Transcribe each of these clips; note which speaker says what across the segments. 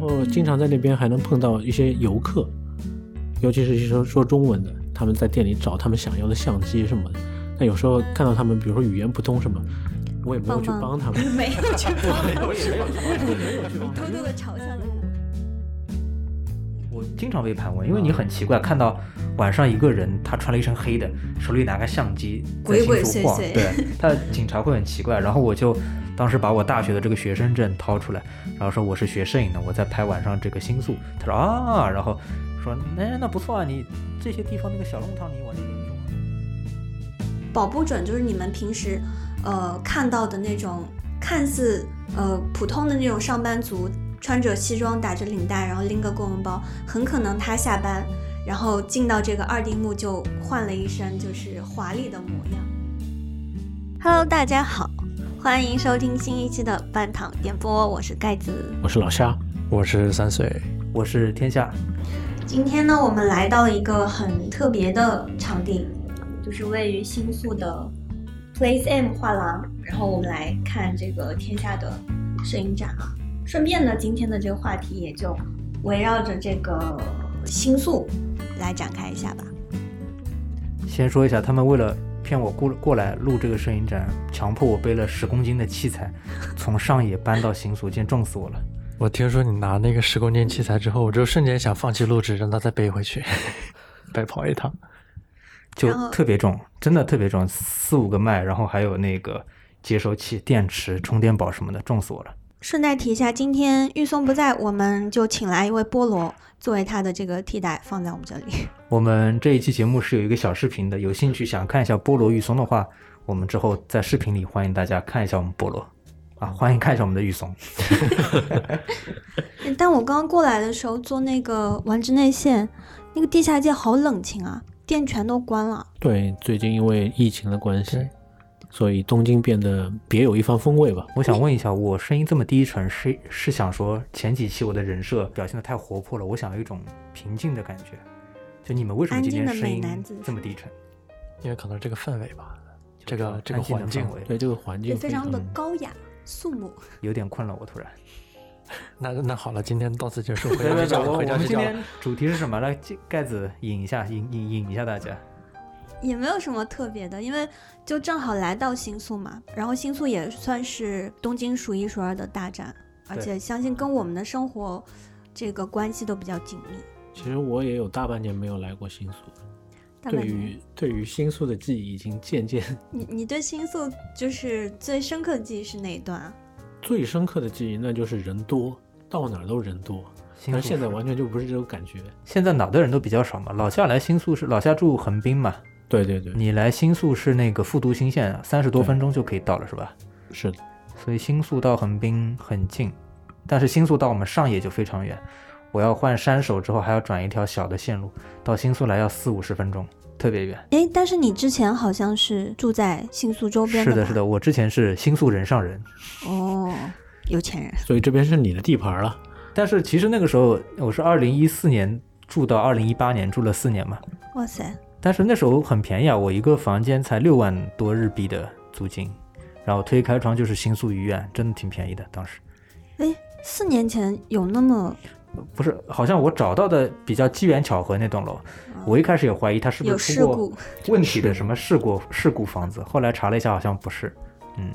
Speaker 1: 后经常在那边还能碰到一些游客，尤其是一些说说中文的，他们在店里找他们想要的相机什么的。但有时候看到他们，比如说语言不通什么，我也没有去
Speaker 2: 帮忙
Speaker 1: 帮他们。
Speaker 2: 没有去帮忙，
Speaker 1: 我也没有去帮他们没有去帮
Speaker 2: 偷偷的嘲笑了他。
Speaker 3: 我经常被盘问，因为你很奇
Speaker 2: 嗯
Speaker 3: 怪，看到晚上一个人他穿了一身黑的，手里拿个相机在
Speaker 2: 鬼鬼
Speaker 3: 新
Speaker 2: 祟
Speaker 3: 竹晃，
Speaker 2: 祟
Speaker 3: 对， 他警察会很奇怪。然后我就当时把我大学的这个学生证掏出来，然后说我是学摄影的，我在拍晚上这个新宿。他说啊，然后说那那不错啊，你这些地方那个小弄堂你往这边走啊。
Speaker 2: 保不准就是你们平时呃看到的那种看似呃普通的那种上班族，穿着西装打着领带，然后拎个公文包，很可能他下班然后进到这个二丁目就换了一身就是华丽的模样。Hello，大家好，欢迎收听新一期的半躺电波，我是盖子。
Speaker 1: 我是老沙，
Speaker 4: 我是三岁，
Speaker 3: 我是天下，
Speaker 2: 今天呢，我们来到一个很特别的场地，就是位于新宿的 Place M 画廊。然后我们来看这个天下的摄影展啊。顺便呢，今天的这个话题也就围绕着这个新宿来展开一下吧。
Speaker 3: 先说一下，他们为了骗我过过来录这个摄影展，强迫我背了十公斤的器材，从上野搬到新宿，简直重死我了。
Speaker 4: 我听说你拿那个十公斤器材之后，我就瞬间想放弃录制，让他再背 回去，白跑一趟。
Speaker 3: 就
Speaker 2: 然后
Speaker 3: 特别重，真的特别重，四五个麦，然后还有那个接收器、电池、充电宝什么的，重死我了。
Speaker 2: 顺带提一下，今天玉松不在，我们就请来一位菠萝作为他的这个替代，放在我们这里。
Speaker 3: 我们这一期节目是有一个小视频的，有兴趣想看一下菠萝玉松的话，我们之后在视频里欢迎大家看一下我们菠萝，啊，欢迎看一下我们的玉松。
Speaker 2: 但我刚刚过来的时候坐那个丸之内线，那个地下街好冷清啊，店全都关了。
Speaker 1: 对，最近因为疫情的关系
Speaker 4: 对，
Speaker 1: 所以东京变得别有一番风味吧。
Speaker 3: 我想问一下，我声音这么低沉，是是想说前几期我的人设表现的太活泼了，我想有一种平静的感觉。就你们为什么今天
Speaker 2: 安静的
Speaker 3: 声
Speaker 2: 美
Speaker 3: 音
Speaker 2: 男子
Speaker 3: 这么低沉？
Speaker 4: 因为可能这个氛围吧，这
Speaker 3: 就
Speaker 4: 个这个
Speaker 3: 安静的
Speaker 4: 环境
Speaker 3: 氛围
Speaker 1: 对这个环境
Speaker 2: 对，非常的
Speaker 1: 嗯
Speaker 2: 高雅肃穆。
Speaker 3: 有点困了，我突然。
Speaker 4: 那那好了，今天到此结 束，回
Speaker 3: 对
Speaker 4: 家
Speaker 3: 对
Speaker 4: 睡
Speaker 3: 对，
Speaker 4: 觉
Speaker 3: 我
Speaker 4: 了，
Speaker 3: 我
Speaker 4: 回家
Speaker 3: 们
Speaker 4: 睡
Speaker 3: 今
Speaker 4: 觉了
Speaker 3: 天。主题是什么？来，这盖子引一下，引引引一下大家。
Speaker 2: 也没有什么特别的，因为就正好来到新宿嘛，然后新宿也算是东京数一数二的大展，而且相信跟我们的生活这个关系都比较紧密。
Speaker 1: 其实我也有大半年没有来过新宿，
Speaker 2: 大
Speaker 1: 对
Speaker 2: 半年，
Speaker 1: 于对于新宿的记忆已经渐渐
Speaker 2: 你你对新宿就是最深刻的记忆是哪一段啊？
Speaker 1: 最深刻的记忆，那就是人多，到哪儿都人多。
Speaker 3: 新
Speaker 1: 但
Speaker 3: 宿
Speaker 1: 是现在
Speaker 3: 是
Speaker 1: 完全就不是这种感觉。
Speaker 3: 现在哪的人都比较少嘛。老夏来新宿是老夏住横滨嘛，
Speaker 1: 对对对，
Speaker 3: 你来新宿是那个复读新线，啊三十多
Speaker 1: 对
Speaker 3: 分钟就可以到了，是吧？
Speaker 1: 是的，
Speaker 3: 所以新宿到横滨很近，但是新宿到我们上野就非常远。我要换山手之后，还要转一条小的线路到新宿来，要四五十分钟，特别远。
Speaker 2: 诶，但是你之前好像是住在新宿周边
Speaker 3: 是
Speaker 2: 的
Speaker 3: 的，
Speaker 2: 吧
Speaker 3: 是的，我之前是新宿人上人，
Speaker 2: 哦，有钱人。
Speaker 1: 所以这边是你的地盘了。
Speaker 3: 但是其实那个时候我是二零一四年住到二零一八年，住了四年嘛。
Speaker 2: 哇塞，
Speaker 3: 但是那时候很便宜啊，我一个房间才六万多日币的租金，然后推开窗就是新宿医院，真的挺便宜的。当时
Speaker 2: 四年前有那么
Speaker 3: 不是，好像我找到的比较机缘巧合那栋楼，我一开始也怀疑它是不嗯
Speaker 2: 有
Speaker 3: 是
Speaker 2: 事
Speaker 3: 出过
Speaker 2: 故？
Speaker 3: 问题的什么事故事故房子，后来查了一下，好像不是。嗯，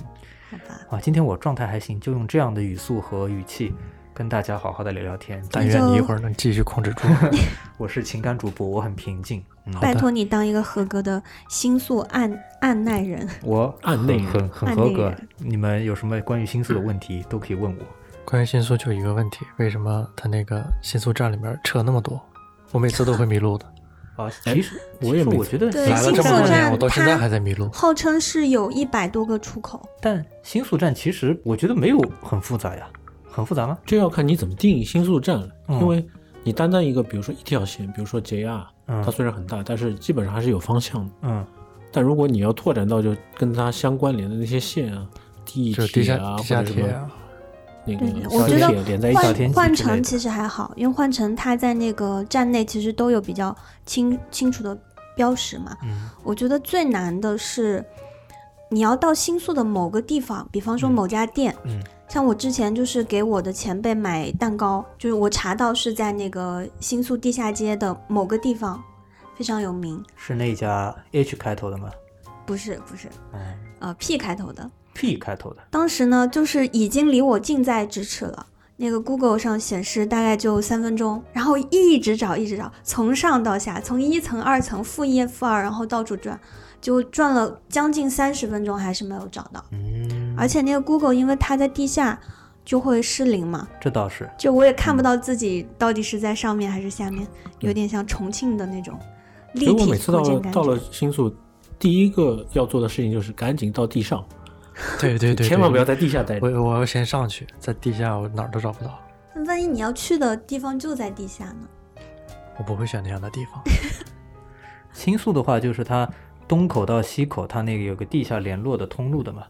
Speaker 2: 好吧，
Speaker 3: 啊，今天我状态还行，就用这样的语速和语气跟大家好好的聊聊天。嗯
Speaker 4: 但愿你一会儿能继续控制住。
Speaker 3: 我是情感主播，我很平静。嗯，
Speaker 2: 拜托你当一个合格的新宿案案内人。
Speaker 3: 我
Speaker 1: 案内人
Speaker 3: 很很
Speaker 2: 案
Speaker 3: 很合
Speaker 2: 内
Speaker 3: 格
Speaker 2: 人。
Speaker 3: 你们有什么关于新宿的问题都可以问我。
Speaker 4: 关于新宿就一个问题，为什么他那个新宿站里面车那么多？我每次都会 迷路的，
Speaker 3: 啊，其实
Speaker 1: 我也
Speaker 3: 其实
Speaker 1: 没
Speaker 3: 我觉得
Speaker 2: 对
Speaker 4: 来了
Speaker 2: 新
Speaker 4: 这
Speaker 2: 宿
Speaker 4: 么多
Speaker 2: 站
Speaker 4: 年，我到现在
Speaker 2: 它
Speaker 4: 还在迷路。
Speaker 2: 号称是有一百多个出口，
Speaker 3: 但新宿站其实我觉得没有很复杂呀，很复杂吗？
Speaker 1: 这要看你怎么定义新宿站了，
Speaker 3: 嗯
Speaker 1: 因为你单单一个，比如说一条线，比如说 JR，
Speaker 3: 嗯
Speaker 1: 它虽然很大，但是基本上还是有方向的。
Speaker 3: 嗯，
Speaker 1: 但如果你要拓展到就跟它相关联的那些线啊，地
Speaker 4: 就是
Speaker 1: 铁
Speaker 4: 地下
Speaker 1: 啊，
Speaker 4: 地
Speaker 1: 或
Speaker 4: 下
Speaker 1: 者什
Speaker 4: 铁
Speaker 1: 么
Speaker 4: 啊，
Speaker 1: 那
Speaker 2: 对
Speaker 1: 个
Speaker 2: 我
Speaker 1: 小
Speaker 2: 觉得
Speaker 1: 铁连在一起
Speaker 3: 哎小
Speaker 1: 的，
Speaker 3: 天
Speaker 2: 换换
Speaker 3: 井之类
Speaker 2: 乘
Speaker 3: 的
Speaker 2: 其实还好，因为换乘它在那个站内其实都有比较清清楚的标识嘛。
Speaker 3: 嗯
Speaker 2: 我觉得最难的是，你要到新宿的某个地方，比方说
Speaker 3: 嗯
Speaker 2: 某家店，
Speaker 3: 嗯
Speaker 2: 像我之前就是给我的前辈买蛋糕，就是我查到是在那个新宿地下街的某个地方，非常有名。
Speaker 3: 是那家 H 开头的吗？
Speaker 2: 不是不是，
Speaker 3: 嗯
Speaker 2: 呃，P 开头的。
Speaker 3: ，P 开头的，
Speaker 2: 当时呢，就是已经离我近在咫尺了。那个 Google 上显示大概就三分钟，然后一直找，一直找，从上到下，从一层、二层、负一、负二，然后到处转，就转了将近三十分钟，还是没有找到。
Speaker 3: 嗯，
Speaker 2: 而且那个 Google 因为它在地下，就会失灵嘛，
Speaker 3: 这倒是，
Speaker 2: 就我也看不到自己到底是在上面还是下面，有点像重庆的那种立
Speaker 1: 所以我
Speaker 2: 体
Speaker 1: 每次到
Speaker 2: 扩
Speaker 1: 了
Speaker 2: 建感
Speaker 1: 到了
Speaker 2: 觉。
Speaker 1: 新宿，第一个要做的事情就是赶紧到地上，
Speaker 4: 对对对对，
Speaker 1: 千万不要在地下待着。
Speaker 4: 我我要先上去，在地下我哪儿都找不到，
Speaker 2: 那万一你要去的地方就在地下呢？
Speaker 4: 我不会选那样的地方。
Speaker 3: 新宿的话，就是它东口到西口，它那个有个地下联络的通路的嘛，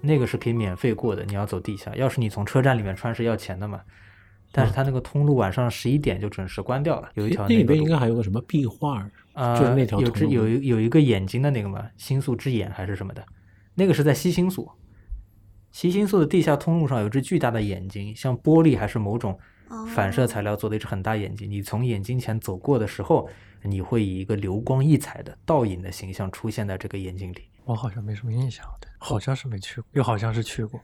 Speaker 3: 那个是可以免费过的。你要走地下，要是你从车站里面穿是要钱的嘛。但是它那个通路晚上十一点就准时关掉了，有一条
Speaker 1: 嗯那里
Speaker 3: 个
Speaker 1: 边应
Speaker 3: 路
Speaker 1: 该还有个什么壁画儿，
Speaker 3: 啊，
Speaker 1: 就是那条
Speaker 3: 有
Speaker 1: 通
Speaker 3: 只
Speaker 1: 路
Speaker 3: 有一有一个眼睛的那个嘛，星宿之眼还是什么的，那个是在西星宿，西星宿的地下通路上有一只巨大的眼睛，像玻璃还是某种
Speaker 2: 哦
Speaker 3: 反射材料做的一只很大眼睛，你从眼睛前走过的时候，你会以一个流光溢彩的倒影的形象出现在这个眼睛里。
Speaker 4: 我好像没什么印象，对，好像是没去过，又好像是去过。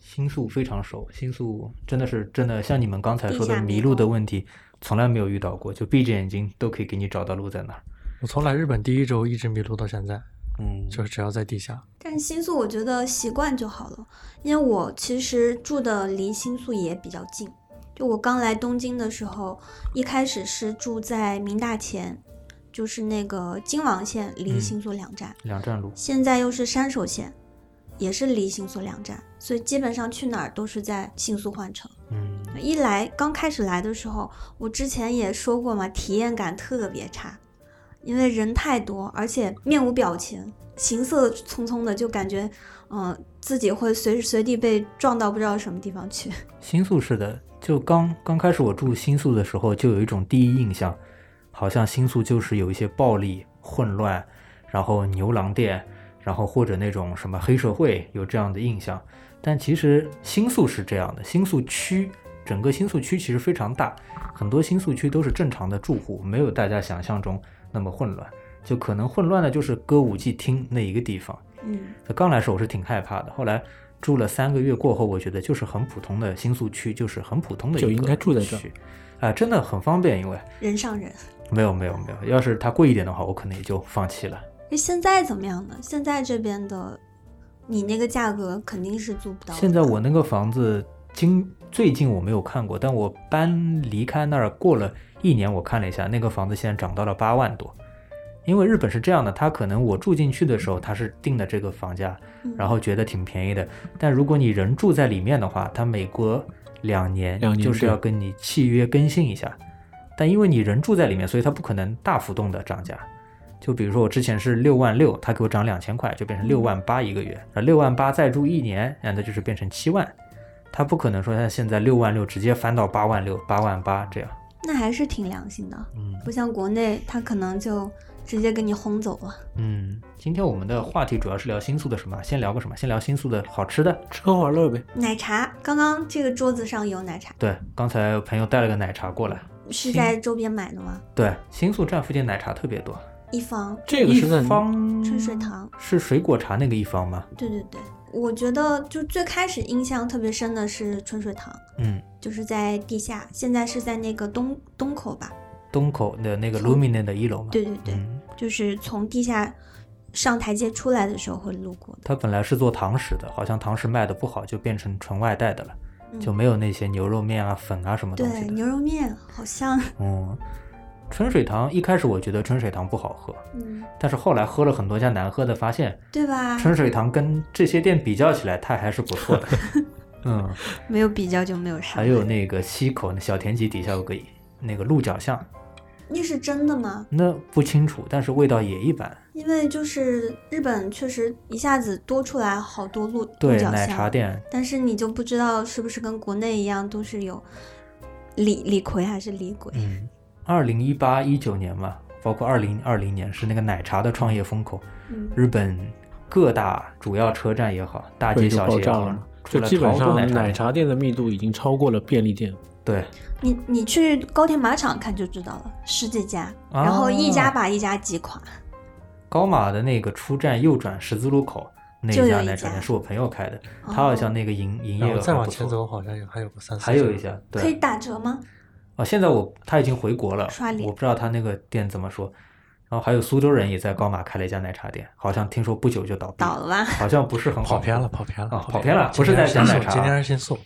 Speaker 3: 星宿非常熟，星宿真的是真的像你们刚才
Speaker 2: 地
Speaker 3: 说
Speaker 2: 下
Speaker 3: 的
Speaker 2: 迷
Speaker 3: 迷路的
Speaker 2: 宫
Speaker 3: 问题，从来没有遇到过，就闭着眼睛都可以给你找到路在哪儿。
Speaker 4: 我从来日本第一周一直迷路到现在，
Speaker 3: 嗯，
Speaker 4: 就是只要在地下，
Speaker 2: 但是新宿我觉得习惯就好了，因为我其实住的离新宿也比较近。就我刚来东京的时候，一开始是住在明大前，就是那个京王线离
Speaker 3: 嗯
Speaker 2: 新宿两站，
Speaker 3: 两站路。
Speaker 2: 现在又是山手线，也是离新宿两站，所以基本上去哪儿都是在新宿换乘。
Speaker 3: 嗯，
Speaker 2: 一来刚开始来的时候，我之前也说过嘛，体验感特别差，因为人太多，而且面无表情，行色匆匆的，就感觉嗯、呃自己会随时随地被撞到不知道什么地方去。
Speaker 3: 新宿是的，就刚刚开始我住新宿的时候，就有一种第一印象，好像新宿就是有一些暴力、混乱，然后牛郎店，然后或者那种什么黑社会，有这样的印象。但其实新宿是这样的，新宿区整个新宿区其实非常大，很多新宿区都是正常的住户，没有大家想象中那么混乱。就可能混乱的就是歌舞伎町那一个地方，
Speaker 2: 嗯，
Speaker 3: 刚来时候我是挺害怕的，后来住了三个月过后，我觉得就是很普通的新宿区，就是很普通的一个
Speaker 1: 就应该住在这儿
Speaker 3: 区，啊、真的很方便，因为
Speaker 2: 人上人。
Speaker 3: 没有没有没有，要是它贵一点的话，我可能也就放弃了。
Speaker 2: 那现在怎么样呢？现在这边的你那个价格肯定是租不到的吧。
Speaker 3: 现在我那个房子今最近我没有看过，但我搬离开那儿过了一年，我看了一下，那个房子现在涨到了八万多。因为日本是这样的，它可能我住进去的时候，它是定的这个房价，
Speaker 2: 嗯
Speaker 3: 然后觉得挺便宜的。但如果你人住在里面的话，它每隔两年
Speaker 1: 两年
Speaker 3: 就是
Speaker 1: 对
Speaker 3: 要跟你契约更新一下。但因为你人住在里面，所以它不可能大幅动的涨价。就比如说我之前是六万六，它给我涨两千块，就
Speaker 1: 嗯
Speaker 3: 变成六万八一个月。然后六万八再住一年，然后那就是变成七万。它不可能说像现在六万六直接翻到八万六、八万八这样。
Speaker 2: 那还是挺良心的，
Speaker 3: 嗯
Speaker 2: 不像国内他可能就直接给你轰走了。
Speaker 3: 嗯，今天我们的话题主要是聊新宿的什么？先聊个什么？先聊新宿的好吃的。
Speaker 1: 吃喝玩乐呗，
Speaker 2: 奶茶，刚刚这个桌子上有奶茶，
Speaker 3: 对，刚才朋友带了个奶茶过来。
Speaker 2: 是在周边买的吗？
Speaker 3: 对，新宿站附近奶茶特别多。
Speaker 2: 一方
Speaker 1: 这个是在
Speaker 3: 一方
Speaker 2: 春水堂，
Speaker 3: 是水果茶那个一方吗？
Speaker 2: 对对对，我觉得就最开始印象特别深的是春水堂，
Speaker 3: 嗯，
Speaker 2: 就是在地下，现在是在那个东东口吧？
Speaker 3: 东口的那个 Lumine 的一楼嘛。
Speaker 2: 对对对，
Speaker 3: 嗯，
Speaker 2: 就是从地下上台阶出来的时候会路过的。
Speaker 3: 它本来是做堂食的，好像堂食卖的不好，就变成纯外带的了，就没有那些牛肉面啊、粉啊什么东
Speaker 2: 嗯对
Speaker 3: 西的。
Speaker 2: 牛肉面好像，
Speaker 3: 嗯，春水堂一开始我觉得春水堂不好喝，
Speaker 2: 嗯，
Speaker 3: 但是后来喝了很多家难喝的，发现
Speaker 2: 对吧？
Speaker 3: 春水堂跟这些店比较起来，它还是不 错的。嗯，
Speaker 2: 没有比较就没有伤害。
Speaker 3: 还有那个西口那小田急底下有个那个鹿角巷，
Speaker 2: 那是真的吗？
Speaker 3: 那不清楚，但是味道也一般。
Speaker 2: 因为就是日本确实一下子多出来好多鹿
Speaker 3: 对
Speaker 2: 鹿，角
Speaker 3: 奶
Speaker 2: 巷
Speaker 3: 茶店
Speaker 2: 但是你就不知道是不是跟国内一样都是有李李逵还是李鬼。
Speaker 3: 嗯，二零一八一九年嘛，包括二零二零年是那个奶茶的创业风口，
Speaker 2: 嗯
Speaker 3: 日本各大主要车站也好，大街
Speaker 1: 对，就
Speaker 3: 小
Speaker 1: 爆
Speaker 3: 街也
Speaker 1: 炸
Speaker 3: 好
Speaker 1: 了嘛，，
Speaker 3: 除
Speaker 1: 就
Speaker 3: 了
Speaker 1: 基本
Speaker 3: 潮州
Speaker 1: 上
Speaker 3: 奶
Speaker 1: 奶
Speaker 3: 店
Speaker 1: 茶店的密度已经超过了便利店。
Speaker 3: 对
Speaker 2: 你你去高铁马场看就知道了，十几家，
Speaker 3: 啊
Speaker 2: 然后一家把一家挤垮。
Speaker 3: 高马的那个出站右转十字路口那
Speaker 2: 就有
Speaker 3: 家
Speaker 2: 一
Speaker 3: 奶茶
Speaker 2: 家
Speaker 3: 店是我朋友开的，他
Speaker 2: 哦
Speaker 3: 好像那个营营
Speaker 4: 然
Speaker 3: 业
Speaker 4: 后
Speaker 3: 额
Speaker 4: 再
Speaker 3: 还
Speaker 4: 往
Speaker 3: 不
Speaker 4: 前
Speaker 3: 错，
Speaker 4: 走，好像有还有个三四家，
Speaker 3: 还有一家对
Speaker 2: 可以打折吗？
Speaker 3: 啊，现在我他已经回国了，
Speaker 2: 刷脸
Speaker 3: 我不知道他那个店怎么说。然后还有苏州人也在高马开了一家奶茶店，好像听说不久就倒闭，
Speaker 2: 倒了吧，
Speaker 3: 好像不是很好。
Speaker 4: 跑偏了，跑偏了，
Speaker 3: 啊跑偏了不是在
Speaker 4: 新
Speaker 3: 讲奶
Speaker 4: 宿，
Speaker 3: 茶
Speaker 4: 今天是新宿，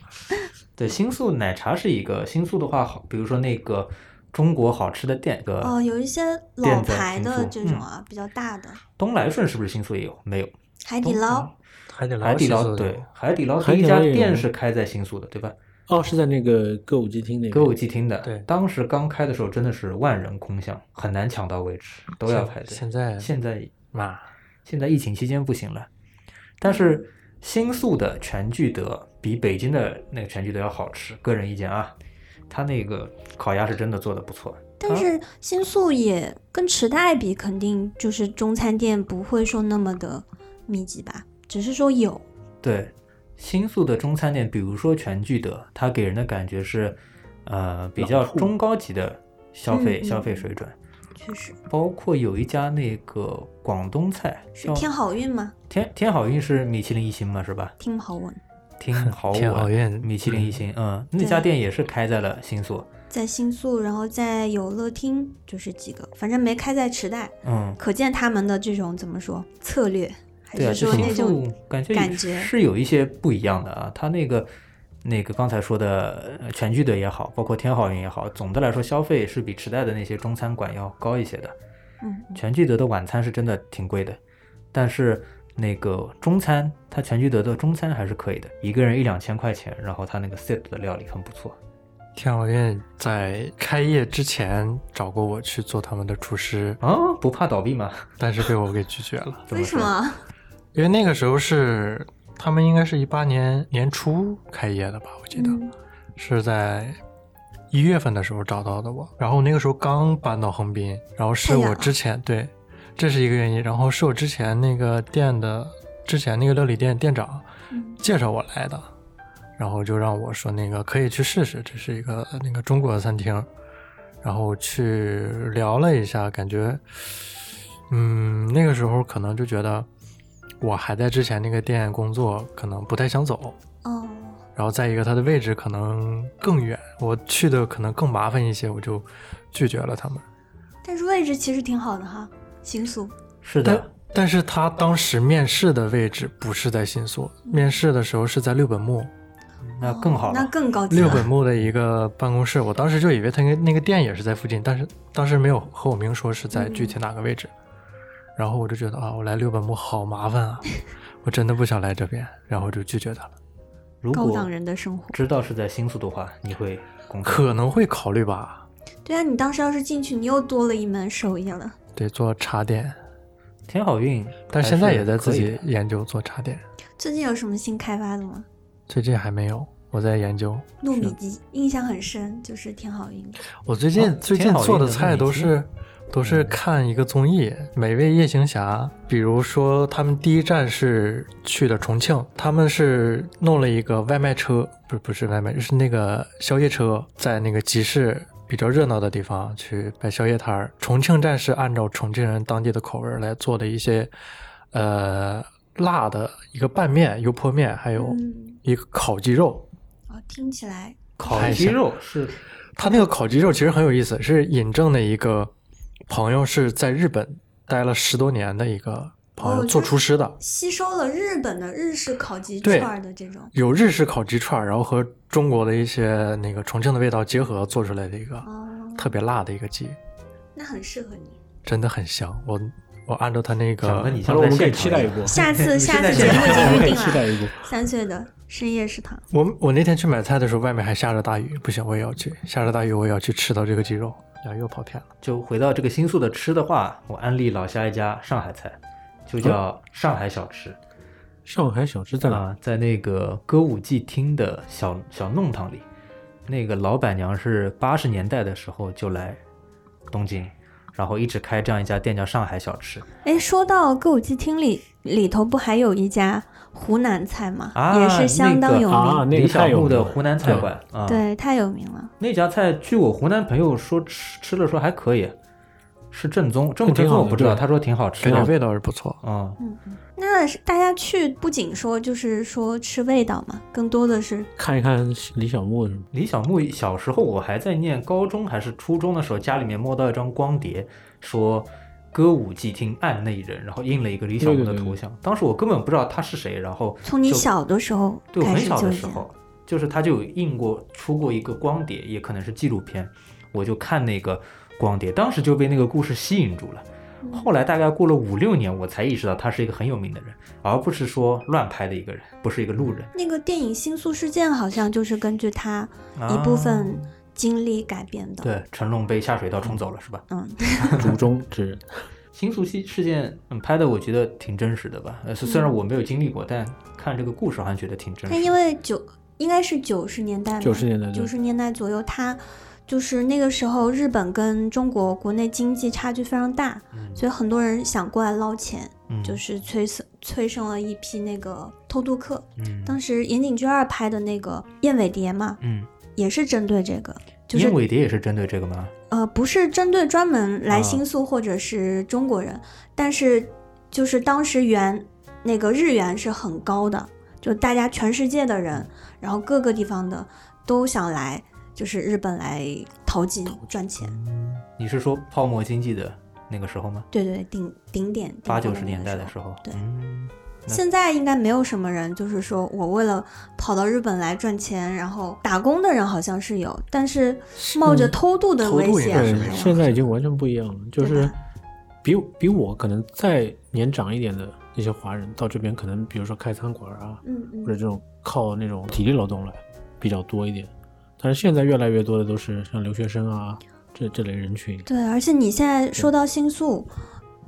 Speaker 3: 对，新宿奶茶是一个新宿的话，好，比如说那个中国好吃的呃店，个
Speaker 2: 哦，有一些老
Speaker 3: 电子嗯
Speaker 2: 牌
Speaker 3: 评
Speaker 2: 的
Speaker 3: 书
Speaker 2: 这种啊，比较大的
Speaker 3: 东来顺是不是新宿也有？没有，嗯
Speaker 2: 海底捞，
Speaker 4: 海底捞，
Speaker 3: 海底
Speaker 4: 新
Speaker 3: 捞
Speaker 4: 宿
Speaker 3: 对，海底捞
Speaker 1: 海
Speaker 3: 第一
Speaker 1: 底
Speaker 3: 家
Speaker 1: 捞也有
Speaker 3: 店是开在新宿的，对吧？
Speaker 1: 哦，是在那个歌舞伎町那
Speaker 3: 歌
Speaker 1: 个
Speaker 3: 舞。伎町的，
Speaker 4: 对
Speaker 3: 当时刚开的时候真的是万人空巷，很难抢到位置，都要
Speaker 4: 现
Speaker 3: 排队。
Speaker 4: 现在
Speaker 3: 现在啊
Speaker 4: 嘛，
Speaker 3: 现在疫情期间不行了，但是新宿的全聚德比北京的那个全聚德要好吃，个人意见啊，它那个烤鸭是真的做的不错。
Speaker 2: 但是新宿也跟池袋比，肯定就是中餐店不会说那么的密集吧，只是说有。
Speaker 3: 对，新宿的中餐店，比如说全聚德，它给人的感觉是，呃，比较
Speaker 1: 老铺
Speaker 3: 中高级的消费
Speaker 2: 嗯嗯
Speaker 3: 消费水准。
Speaker 2: 确实
Speaker 3: 包括有一家那个广东菜
Speaker 2: 是
Speaker 3: 叫
Speaker 2: 天好运吗？
Speaker 3: 天天好运是米其林一星嘛，是吧？
Speaker 2: 听好闻，
Speaker 3: 听好
Speaker 4: 天好
Speaker 3: 我
Speaker 4: 运
Speaker 3: 米其林一星，嗯，那
Speaker 2: 对
Speaker 3: 家店也是开在了新宿，
Speaker 2: 在新宿，然后在有乐町，就是几个，反正没开在池袋，
Speaker 3: 嗯，
Speaker 2: 可见他们的这种怎么说策略，还
Speaker 3: 对啊，
Speaker 2: 是
Speaker 3: 就
Speaker 2: 说
Speaker 3: 新
Speaker 2: 那
Speaker 3: 宿
Speaker 2: 种
Speaker 3: 感觉
Speaker 2: 感
Speaker 3: 也
Speaker 2: 觉
Speaker 3: 是有一些不一样的啊。它那个那个刚才说的呃全聚德也好，包括天好运也好，总的来说消费是比池袋的那些中餐馆要高一些的。
Speaker 2: 嗯
Speaker 3: 全聚德的晚餐是真的挺贵的，但是那个中餐，它全聚德的中餐还是可以的，一个人一两千块钱，然后它那个 set 的料理很不错。
Speaker 4: 天好运在开业之前找过我去做他们的厨师，
Speaker 3: 啊，不怕倒闭吗？
Speaker 4: 但是被我给拒绝了，
Speaker 3: 怎
Speaker 2: 为什
Speaker 3: 说？
Speaker 2: 么？啊
Speaker 4: 因为那个时候是他们应该是一八年年初开业的吧，我记得、
Speaker 2: 嗯
Speaker 4: 是在。一月份的时候找到的我，然后我那个时候刚搬到横滨，然后是
Speaker 2: 太远
Speaker 4: 我
Speaker 2: 了
Speaker 4: 之前对，这是一个原因，然后是我之前那个店的之前那个料理店店长，
Speaker 2: 嗯
Speaker 4: 介绍我来的，然后就让我说那个可以去试试，这是一个那个中国餐厅，然后去聊了一下，感觉，嗯，那个时候可能就觉得我还在之前那个店工作，可能不太想走，
Speaker 2: 哦，
Speaker 4: 然后再一个它的位置可能更远，我去的可能更麻烦一些，我就拒绝了他们。
Speaker 2: 但是位置其实挺好的哈，新宿。
Speaker 3: 是
Speaker 4: 但
Speaker 3: 的，
Speaker 4: 但是他当时面试的位置不是在新宿，面试的时候是在六本木。
Speaker 3: 嗯那更好
Speaker 2: 哦
Speaker 3: 了。
Speaker 2: 那更高级
Speaker 4: 六
Speaker 2: 了。
Speaker 4: 本木的一个办公室，我当时就以为他那个那个店也是在附近，但是当时没有和我明说是在具
Speaker 2: 嗯
Speaker 4: 体哪个位置。然后我就觉得啊，我来六本木好麻烦 啊，我真的不想来这边，然后就拒绝他了。
Speaker 3: 如
Speaker 2: 高
Speaker 3: 果
Speaker 2: 档人的生活。
Speaker 3: 知道是在新宿的话，你会工作。
Speaker 4: 可能会考虑吧，
Speaker 2: 对啊，你当时要是进去，你又多了一门手艺了。
Speaker 4: 对，做茶点，
Speaker 3: 天好运，
Speaker 4: 但现在也在自
Speaker 3: 可以
Speaker 4: 己
Speaker 3: 的
Speaker 4: 研究做茶点，
Speaker 2: 最近有什么新开发的吗？
Speaker 4: 最近还没有，我在研究。
Speaker 2: 糯米鸡印象很深，就是挺好运的。
Speaker 4: 我最近、
Speaker 3: 哦
Speaker 4: 最近
Speaker 3: 挺好
Speaker 4: 做的
Speaker 3: 用的
Speaker 4: 菜都
Speaker 3: 糯
Speaker 4: 是都
Speaker 3: 嗯
Speaker 4: 是看一个综艺《美味夜行侠》，比如说他们第一站是去的重庆，他们是弄了一个外卖车，不是不是外卖，是那个宵夜车，在那个集市。比较热闹的地方去摆宵夜摊儿。重庆站是按照重庆人当地的口味儿来做的一些，呃，辣的一个拌面、油泼面，还有
Speaker 2: 嗯，
Speaker 4: 一个烤鸡肉，
Speaker 2: 哦，听起来
Speaker 3: 烤
Speaker 4: 太
Speaker 3: 鸡
Speaker 4: 香
Speaker 3: 肉是
Speaker 4: 他那个烤鸡肉其实很有意思，是尹正的一个朋友是在日本待了十多年的一个朋友，
Speaker 2: 哦就
Speaker 4: 做
Speaker 2: 是
Speaker 4: 厨师的，
Speaker 2: 吸收了日本的日式烤鸡
Speaker 4: 对
Speaker 2: 串儿的这种。
Speaker 4: 有日式烤鸡串儿，然后和中国的一些那个重庆的味道结合做出来的一个
Speaker 2: 哦，
Speaker 4: 特别辣的一个鸡，
Speaker 2: 那很适合 你。真
Speaker 4: 真的很香。我我按照他那
Speaker 3: 想的
Speaker 4: 个
Speaker 3: 你
Speaker 1: 好
Speaker 3: 像
Speaker 1: 了，我
Speaker 3: 在
Speaker 1: 们可以
Speaker 3: 现
Speaker 1: 期
Speaker 3: 场
Speaker 1: 待
Speaker 3: 一
Speaker 1: 一
Speaker 3: 样。
Speaker 1: 波，
Speaker 2: 下次下次
Speaker 3: 现
Speaker 2: 节
Speaker 3: 在
Speaker 2: 目已
Speaker 1: 我们可
Speaker 2: 经 预
Speaker 1: 以
Speaker 2: 定
Speaker 1: 期待
Speaker 2: 了。
Speaker 1: 一波。
Speaker 2: 三岁的深夜食堂，
Speaker 4: 我我那天去买菜的时候，外面还下着大雨，不行，我也要去。下着大雨，我也要去吃到这个鸡肉。然后又跑偏了，
Speaker 3: 就回到这个新宿的吃的话，我安利老夏一家上海菜，就叫上海小吃
Speaker 1: 上海小吃嗯在哪？
Speaker 3: 啊，在那个歌舞伎町的小小弄堂里，那个老板娘是八十年代的时候就来东京，然后一直开这样一家店叫上海小吃
Speaker 2: 哎，说到歌舞伎厅里里头不还有一家湖南菜吗？
Speaker 3: 啊
Speaker 2: 也是相当有名，
Speaker 1: 啊，那
Speaker 3: 李
Speaker 1: 个
Speaker 3: 小
Speaker 1: 太有
Speaker 3: 牧
Speaker 1: 名
Speaker 3: 的
Speaker 1: 了
Speaker 3: 湖南菜馆啊，
Speaker 2: 对，太有名了。
Speaker 3: 那家菜，据我湖南朋友说吃吃了说还可以，是正宗，正不正宗我不知道，
Speaker 1: 挺好的对
Speaker 3: 他说挺好吃
Speaker 4: 感觉
Speaker 3: 的，
Speaker 4: 味道是不错。
Speaker 3: 嗯，
Speaker 2: 那是大家去不仅说就是说吃味道嘛，更多的是
Speaker 1: 看一看李小牧什么
Speaker 3: 李小牧小时候，我还在念高中还是初中的时候，家里面摸到一张光碟，说歌舞伎町案内人，然后印了一个李小牧的
Speaker 1: 对对对
Speaker 3: 头像。当时我根本不知道他是谁，然后
Speaker 2: 从你
Speaker 3: 就
Speaker 2: 小的时候
Speaker 3: 对我
Speaker 2: 开
Speaker 3: 很
Speaker 2: 始
Speaker 3: 小
Speaker 2: 就
Speaker 3: 的
Speaker 2: 已
Speaker 3: 时
Speaker 2: 经。
Speaker 3: 候，就是他就有印过出过一个光碟，也可能是纪录片，我就看那个光碟，当时就被那个故事吸引住了。
Speaker 2: 嗯
Speaker 3: 后来大概过了五六年，我才意识到他是一个很有名的人，而不是说乱拍的一个人，不是一个路人。
Speaker 2: 那个电影《星宿事件》好像就是根据他一部分经历改编的。
Speaker 3: 啊、对成龙被下水道冲走了，是吧？
Speaker 2: 嗯，
Speaker 1: 竹中之人，
Speaker 3: 新宿西事件，嗯，拍的我觉得挺真实的吧。呃，虽虽然我没有经历过，但看这个故事好像觉得挺真实
Speaker 2: 嗯
Speaker 3: 的。
Speaker 2: 但因为九应该是九十年代吧，
Speaker 1: 90年代对
Speaker 2: 九十年代左右，他就是那个时候日本跟中国国内经济差距非常大，
Speaker 3: 嗯
Speaker 2: 所以很多人想过来捞钱，
Speaker 3: 嗯
Speaker 2: 就是催生催生了一批那个偷渡客。
Speaker 3: 嗯
Speaker 2: 当时岩井俊二拍的那个《燕尾蝶》嘛，
Speaker 3: 嗯，
Speaker 2: 也是针对这个，就
Speaker 3: 燕
Speaker 2: 是
Speaker 3: 尾蝶也是针对这个吗？
Speaker 2: 呃，不是针对专门来
Speaker 3: 啊
Speaker 2: 新宿或者是中国人，但是就是当时元那个日元是很高的，就大家全世界的人，然后各个地方的都想来，就是日本来淘金赚钱。
Speaker 3: 你是说泡沫经济的那个时候吗？
Speaker 2: 对对，顶顶点顶
Speaker 3: 八
Speaker 2: 峰
Speaker 3: 九十
Speaker 2: 那
Speaker 3: 年
Speaker 2: 个
Speaker 3: 代的
Speaker 2: 时
Speaker 3: 时
Speaker 2: 候。
Speaker 3: 候，
Speaker 2: 对
Speaker 3: 嗯那
Speaker 2: 现在应该没有什么人，就是说我为了跑到日本来赚钱，然后打工的人好像是有，但是冒着偷渡的
Speaker 4: 偷
Speaker 2: 危
Speaker 4: 渡应
Speaker 2: 险
Speaker 4: 该
Speaker 2: 还
Speaker 4: 是没
Speaker 2: 没
Speaker 4: 有
Speaker 2: 有。
Speaker 1: 现在已经完全不一样了，就
Speaker 2: 对
Speaker 1: 是
Speaker 2: 吧
Speaker 1: 比比我可能再年长一点的那些华人到这边，可能比如说开餐馆啊，
Speaker 2: 嗯嗯
Speaker 1: 或者这种靠那种体力劳动来比较多一点。但是现在越来越多的都是像留学生啊这这类人群，
Speaker 2: 对，而且你现在说到星宿，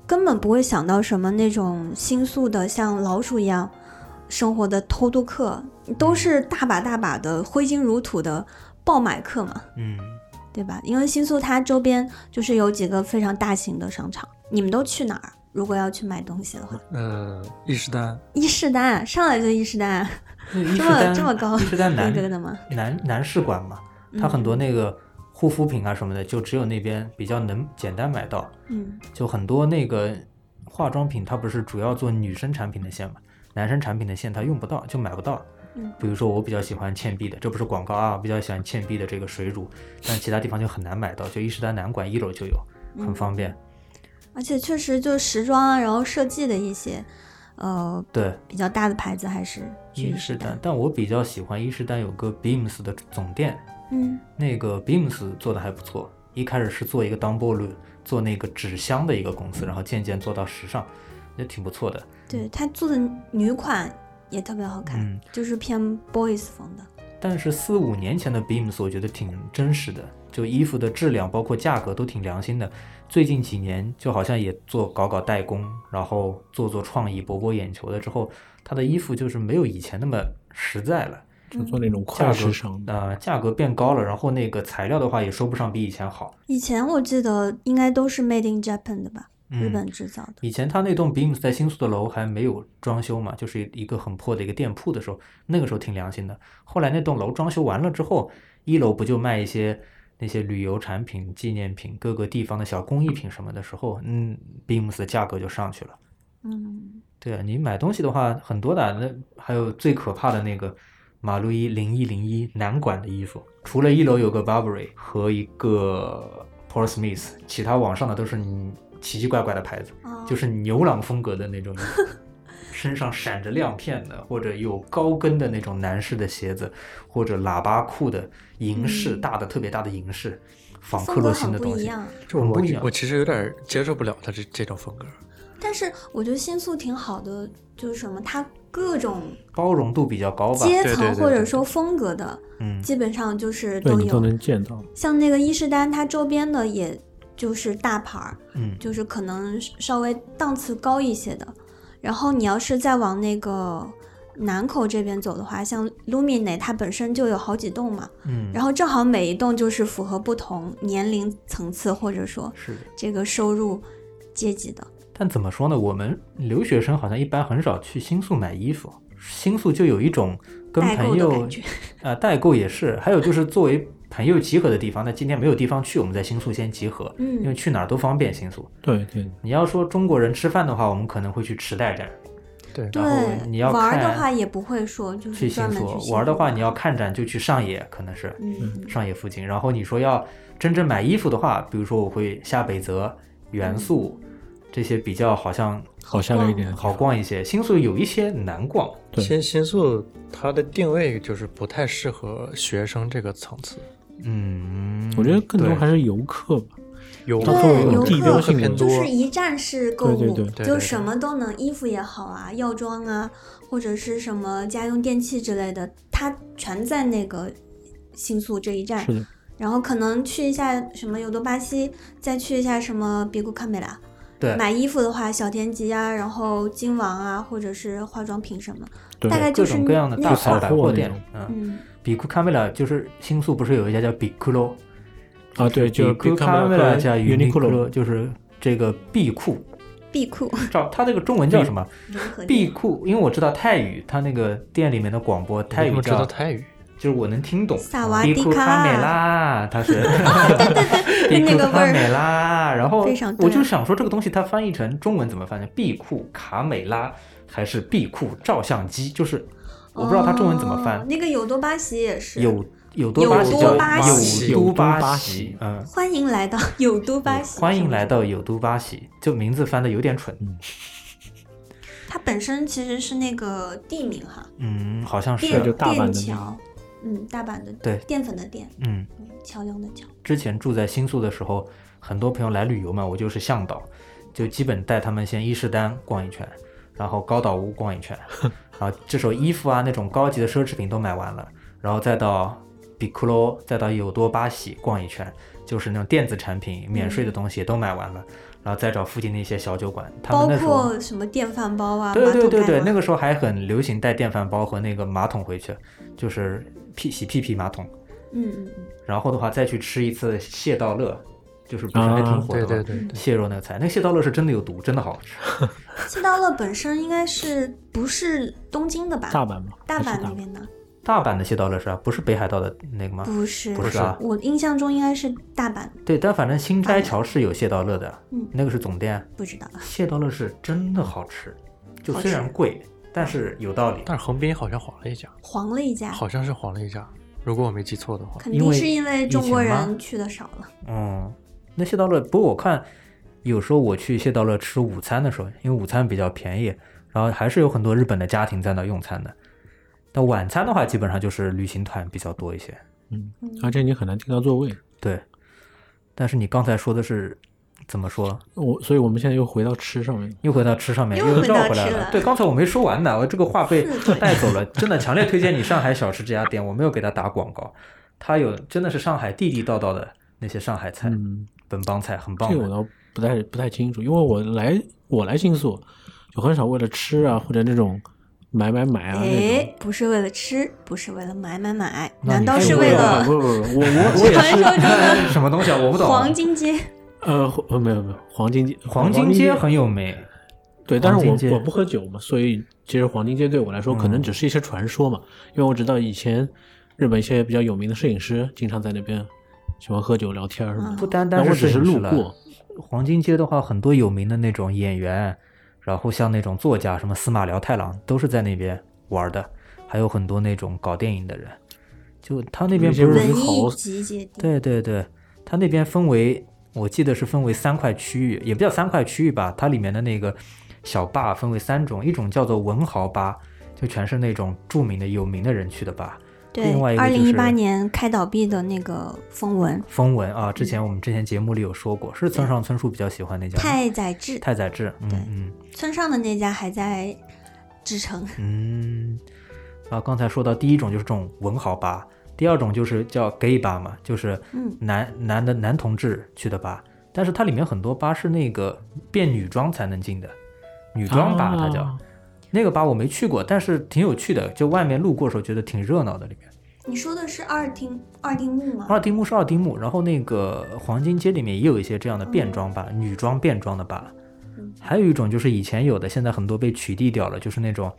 Speaker 2: 根本不会想到什么那种星宿的像老鼠一样生活的偷渡客，都是大把大把的挥金如土的爆买客嘛，
Speaker 3: 嗯，
Speaker 2: 对吧？因为星宿它周边就是有几个非常大型的商场，你们都去哪儿？如果要去买东西的话，
Speaker 4: 呃，伊势丹
Speaker 2: 伊势丹啊上来就伊势丹，
Speaker 3: 那伊
Speaker 2: 啊这么
Speaker 3: 势丹
Speaker 2: 这么高
Speaker 3: 伊势丹
Speaker 2: 那
Speaker 3: 南
Speaker 2: 个的吗？
Speaker 3: 南南市馆嘛，它很
Speaker 2: 嗯
Speaker 3: 多那个护肤品啊什么的，就只有那边比较能简单买到。
Speaker 2: 嗯，
Speaker 3: 就很多那个化妆品，它不是主要做女生产品的线嘛，男生产品的线它用不到，就买不到。
Speaker 2: 嗯
Speaker 3: 比如说我比较喜欢倩碧的，这不是广告啊，我比较喜欢倩碧的这个水乳，但其他地方就很难买到，就伊势丹南馆一楼就有，很方便。
Speaker 2: 而且确实就是时装啊，然后设计的一些，呃，
Speaker 3: 对，
Speaker 2: 比较大的牌子还是去
Speaker 3: 伊势丹，但我比较喜欢伊势丹有个 Beams 的总店，
Speaker 2: 嗯
Speaker 3: 那个 Beams 做的还不错，一开始是做一个 d u m b o l 做那个纸箱的一个公司，然后渐渐做到时尚，也挺不错的。，
Speaker 2: 对，她做的女款也特别好看，
Speaker 3: 嗯
Speaker 2: 就是偏 boys 风的。
Speaker 3: 但是四五年前的 Beams 我觉得挺真实的，就衣服的质量包括价格都挺良心的。最近几年就好像也做搞搞代工，然后做做创意、博博眼球的之后，它的衣服就是没有以前那么实在了，
Speaker 2: 嗯
Speaker 1: 就做那种
Speaker 3: 价
Speaker 1: 快
Speaker 3: 格
Speaker 1: 时尚的。
Speaker 3: 呃，价格变高了，然后那个材料的话也说不上比以前好。
Speaker 2: 以前我记得应该都是 made in Japan 的吧，日
Speaker 3: 嗯
Speaker 2: 本制造的。
Speaker 3: 以前他那栋 Beams 在新宿的楼还没有装修嘛，就是一个很破的一个店铺的时候，那个时候挺良心的。后来那栋楼装修完了之后，一楼不就卖一些那些旅游产品、纪念品、各个地方的小工艺品什么的时候，嗯，Beams 的价格就上去了。
Speaker 2: 嗯，
Speaker 3: 对啊，你买东西的话很多的，啊那还有最可怕的那个马路一零一零一南馆的衣服，除了一楼有个 Burberry 和一个 Paul Smith，其他网上的都是你奇奇怪怪的牌子。
Speaker 2: 哦
Speaker 3: 就是牛郎风格的那种衣服，身上闪着亮片的，或者有高跟的那种男士的鞋子，或者喇叭裤的银饰，
Speaker 2: 嗯大
Speaker 3: 大的特别大的银饰，仿
Speaker 2: 风
Speaker 3: 克
Speaker 2: 格
Speaker 3: 洛心
Speaker 2: 很
Speaker 3: 的
Speaker 2: 不
Speaker 3: 东
Speaker 2: 一
Speaker 3: 西。
Speaker 2: 样。
Speaker 4: 就
Speaker 3: 很
Speaker 4: 我
Speaker 3: 不一样
Speaker 4: 我其实有点接受不了他这这种风格。
Speaker 2: 但是我觉得新宿挺好的，就是什么它各种
Speaker 3: 包容度比较高吧？
Speaker 2: 阶
Speaker 4: 对对
Speaker 2: 层
Speaker 4: 对
Speaker 2: 或者
Speaker 4: 对
Speaker 2: 说风格的，
Speaker 3: 嗯，
Speaker 2: 基本上就是
Speaker 1: 对
Speaker 2: 都
Speaker 1: 你都
Speaker 2: 有。
Speaker 1: 能见到，
Speaker 2: 像那个伊势丹，它周边的也就是大牌儿，
Speaker 3: 嗯，
Speaker 2: 就是可能稍微档次高一些的。然后你要是再往那个南口这边走的话，像 Lumine 它本身就有好几栋嘛，
Speaker 3: 嗯，
Speaker 2: 然后正好每一栋就是符合不同年龄层次或者说
Speaker 3: 是的。
Speaker 2: 这个收入阶级的。
Speaker 3: 但怎么说呢？我们留学生好像一般很少去新宿买衣服，新宿就有一种跟
Speaker 2: 代购
Speaker 3: 朋
Speaker 2: 的
Speaker 3: 友
Speaker 2: 感觉，
Speaker 3: 啊、代购也是，还有就是作为朋友集合的地方。那今天没有地方去，我们在新宿先集合，因为
Speaker 2: 嗯，
Speaker 3: 去哪儿都方便。新宿，
Speaker 1: 对对，
Speaker 3: 你要说中国人吃饭的话，我们可能会去池袋站；
Speaker 4: 对
Speaker 2: 对
Speaker 3: 然后你要，
Speaker 2: 玩儿的
Speaker 3: 看
Speaker 2: 话也不会说就
Speaker 3: 去
Speaker 2: 是
Speaker 3: 新
Speaker 2: 专门去
Speaker 3: 宿
Speaker 2: 新
Speaker 3: 玩的
Speaker 2: 宿
Speaker 3: 话，你要看展就去上野，可能是
Speaker 2: 嗯，
Speaker 3: 上野附近。然后你说要真正买衣服的话，比如说我会下北泽、元素这些比较好像
Speaker 1: 好下来一点的地方
Speaker 3: 好逛一些。新宿有一些难逛，
Speaker 1: 对
Speaker 4: 新新宿它的定位就是不太适合学生这个层次，
Speaker 3: 嗯，
Speaker 1: 我觉得更多
Speaker 3: 对
Speaker 1: 还是游客吧，
Speaker 4: 游
Speaker 1: 它作为一
Speaker 2: 对
Speaker 1: 种
Speaker 2: 游
Speaker 1: 地
Speaker 2: 客
Speaker 1: 标性的
Speaker 4: 偏
Speaker 2: 就
Speaker 4: 多
Speaker 2: 是一站式购
Speaker 1: 对对
Speaker 2: 物
Speaker 1: 对，
Speaker 4: 对
Speaker 2: 就
Speaker 4: 对
Speaker 2: 什么都能，衣服也好啊，药妆啊，或者是什么家用电器之类的，它全在那个新宿这一站
Speaker 1: 是。的，
Speaker 2: 然后可能去一下什么有多巴西，再去一下什么别库卡美拉。
Speaker 3: 对
Speaker 2: 买衣服的话，小田急啊，然后金王啊，或者是化妆品什么，
Speaker 1: 对
Speaker 2: 大概就
Speaker 3: 各
Speaker 2: 是
Speaker 3: 种各样的
Speaker 2: 那
Speaker 3: 大牌
Speaker 1: 种
Speaker 3: 百货
Speaker 1: 那
Speaker 3: 店
Speaker 1: 种，
Speaker 3: 嗯，
Speaker 2: 嗯，
Speaker 3: 比库卡梅拉就是新宿不是有一家叫比库罗，
Speaker 1: 啊对，就是
Speaker 3: 比库卡梅拉
Speaker 1: Bigcamera
Speaker 3: 加
Speaker 1: 和
Speaker 3: Uniqlo，
Speaker 1: Uniqlo，
Speaker 3: 就是这个 B 库，
Speaker 2: 必库
Speaker 3: 照它这个中文叫什么
Speaker 2: 融合
Speaker 3: ？B
Speaker 2: 店。
Speaker 3: 库，因为我知道泰语，它那个店里面的广播泰
Speaker 4: 我怎
Speaker 3: 语
Speaker 4: 么知道
Speaker 3: 叫，
Speaker 4: 泰语？
Speaker 3: 就是我能听懂。
Speaker 2: 萨瓦
Speaker 3: 比
Speaker 2: 迪
Speaker 3: 库卡梅
Speaker 2: 卡，
Speaker 3: 拉，它是
Speaker 2: 就
Speaker 3: 比
Speaker 2: 那
Speaker 3: 库
Speaker 2: 个味
Speaker 3: 卡
Speaker 2: 儿
Speaker 3: 美拉，然后
Speaker 2: 非常
Speaker 3: 我
Speaker 2: 对
Speaker 3: 就想说这个东西它翻译成中文怎么翻译？毕库卡美拉还是毕库照相机？就是我不知道它中文怎么翻
Speaker 2: 哦。那个有多巴西也是
Speaker 3: 有有多巴西
Speaker 2: 有
Speaker 3: 叫
Speaker 2: 多巴
Speaker 4: 西
Speaker 3: 有都
Speaker 1: 有都
Speaker 3: 巴
Speaker 1: 巴
Speaker 3: 西
Speaker 1: 西，
Speaker 3: 嗯，
Speaker 2: 欢迎来到有都巴西，
Speaker 3: 欢迎来
Speaker 2: 是
Speaker 3: 到有都巴西，就名字翻的有点蠢，
Speaker 2: 不是。它本身其实是那个地名哈，
Speaker 3: 嗯，好像，
Speaker 1: 对
Speaker 2: 淀
Speaker 1: 就是大阪的那
Speaker 2: 淀桥，嗯，大阪的
Speaker 3: 对
Speaker 2: 淀粉的淀，
Speaker 3: 嗯，
Speaker 2: 嗯桥梁的桥，
Speaker 3: 之前住在新宿的时候，很多朋友来旅游嘛，我就是向导，就基本带他们先伊势丹逛一圈，然后高岛屋逛一圈， 然后这时候衣服啊那种高级的奢侈品都买完了，然后再到比库罗，再到有多巴喜逛一圈，就是那种电子产品、免税的东西也都买完了，然后再找附近的一些小酒馆，他
Speaker 2: 包
Speaker 3: 们那时候。
Speaker 2: 括什么电饭煲啊，
Speaker 3: 对对对对，
Speaker 2: 马桶盖啊
Speaker 3: 那个时候还很流行带电饭煲和那个马桶回去，就是屁洗屁屁马桶。
Speaker 2: 嗯嗯嗯，
Speaker 3: 然后的话再去吃一次蟹道乐，就是不是还挺火的
Speaker 4: 对
Speaker 3: 吗？
Speaker 4: 对
Speaker 2: 嗯
Speaker 4: 对对，
Speaker 3: 蟹肉那个菜，那个蟹道乐是真的有毒，真的好吃。
Speaker 2: 谢道乐本身应该是不是东京的吧？
Speaker 1: 大阪嘛，
Speaker 2: 大
Speaker 1: 还是
Speaker 2: 阪那边的，
Speaker 3: 大阪的蟹道乐是吧？不是北海道的那个吗？
Speaker 2: 不是，
Speaker 3: 不是啊
Speaker 2: 我印象中应该是大阪，
Speaker 3: 对，但反正新斋桥是有蟹道乐的，
Speaker 2: 嗯
Speaker 3: 那个是总店。
Speaker 2: 不知道。啊
Speaker 3: 蟹道乐是真的好吃，就
Speaker 2: 好
Speaker 3: 虽然
Speaker 2: 吃
Speaker 3: 贵，但是有道理。
Speaker 4: 但是横滨好像黄了一家，
Speaker 2: 黄了一家，
Speaker 4: 好像是黄了一家，如果我没记错的话。
Speaker 2: 肯
Speaker 3: 因
Speaker 2: 定
Speaker 3: 为
Speaker 2: 是因为
Speaker 3: 疫
Speaker 2: 中
Speaker 3: 情
Speaker 2: 国
Speaker 3: 吗
Speaker 2: 人去的少了。
Speaker 3: 嗯，那蟹道乐，不过我看有时候我去蟹道乐吃午餐的时候，因为午餐比较便宜，然后还是有很多日本的家庭在那用餐的。但晚餐的话，基本上就是旅行团比较多一些。
Speaker 1: 嗯
Speaker 2: 嗯，
Speaker 3: 啊
Speaker 1: 而且你很难订到座位。
Speaker 3: 对，但是你刚才说的是怎么说？
Speaker 1: 我所以我们现在又回到吃上面，
Speaker 3: 又回到吃上面，
Speaker 2: 又
Speaker 3: 又
Speaker 2: 回
Speaker 3: 绕
Speaker 2: 到
Speaker 3: 回来
Speaker 2: 吃
Speaker 3: 了。
Speaker 2: 了
Speaker 3: 对，刚才我没说完呢，我这个话被
Speaker 2: 是的
Speaker 3: 带走了。真的，强烈推荐你上海小吃这家店，我没有给他打广告，他有真的是上海地地道道的那些上海菜、
Speaker 1: 嗯，
Speaker 3: 本帮菜，很棒
Speaker 1: 这
Speaker 3: 的。
Speaker 1: 个我倒不太不太清楚，因为我来我来新宿，就很少为了吃啊或者那种买买买啊那种。
Speaker 2: 哎，不是为了吃，不是为了买买买，
Speaker 3: 那
Speaker 2: 难
Speaker 3: 你
Speaker 2: 道
Speaker 3: 是
Speaker 2: 是
Speaker 3: 为
Speaker 2: 为
Speaker 3: 了
Speaker 2: 了
Speaker 1: 不不不，我我我也
Speaker 2: 传说
Speaker 1: 是
Speaker 2: 中的
Speaker 3: 什么东西啊？我不懂。
Speaker 2: 黄金街？
Speaker 1: 呃，黄没有没有，黄金街
Speaker 3: 黄金街很有名，
Speaker 1: 对，但
Speaker 3: 黄
Speaker 1: 是
Speaker 3: 金
Speaker 1: 我
Speaker 3: 街嗯
Speaker 1: 我不喝酒嘛，所以其实黄金街对我来说可能只是一些传说嘛，因为我知道以前日本一些比较有名的摄影师经常在那边喜欢喝酒聊天儿什么的。
Speaker 2: 嗯
Speaker 3: 不单
Speaker 1: 但
Speaker 3: 单
Speaker 1: 我只
Speaker 3: 是
Speaker 1: 是
Speaker 3: 摄影师
Speaker 1: 路
Speaker 3: 了
Speaker 1: 过，
Speaker 3: 黄金街的话，很多有名的那种演员，然后像那种作家，什么司马辽太郎，都是在那边玩的，还有很多那种搞电影的人，就他那边
Speaker 1: 一些
Speaker 3: 不
Speaker 1: 不
Speaker 3: 是
Speaker 1: 是
Speaker 2: 文艺
Speaker 1: 好
Speaker 2: 集结地，
Speaker 3: 对对对，它那边分为，我记得是分为三块区域，也不叫三块区域吧，它里面的那个小坝分为三种，一种叫做文豪吧，就全是那种著名的有名的人去的吧，另外
Speaker 2: 对，
Speaker 3: 一个
Speaker 2: 二
Speaker 3: 就是
Speaker 2: 零一八年开倒闭的那个风文，
Speaker 3: 风文啊，之前我们之前节目里有说过，是村上春树比较喜欢那家吗
Speaker 2: 太宰治
Speaker 3: 太宰治，嗯
Speaker 2: 对
Speaker 3: 嗯
Speaker 2: 村上的那家还在支撑。
Speaker 3: 嗯，啊，刚才说到第一种就是这种文豪吧，第二种就是叫 gay 吧嘛，就是
Speaker 2: 嗯
Speaker 3: 男男的男同志去的吧，但是它里面很多吧是那个变女装才能进的，女装吧它叫，
Speaker 1: 啊
Speaker 3: 那个吧我没去过，但是挺有趣的，就外面路过的时候觉得挺热闹的里面。
Speaker 2: 你说的是二丁二丁目吗？
Speaker 3: 二丁目是二丁目，然后那个黄金街里面也有一些这样的变装吧，女装变装的吧
Speaker 2: 嗯。
Speaker 3: 还有一种就是以前有的，现在很多被取缔掉了，就是那种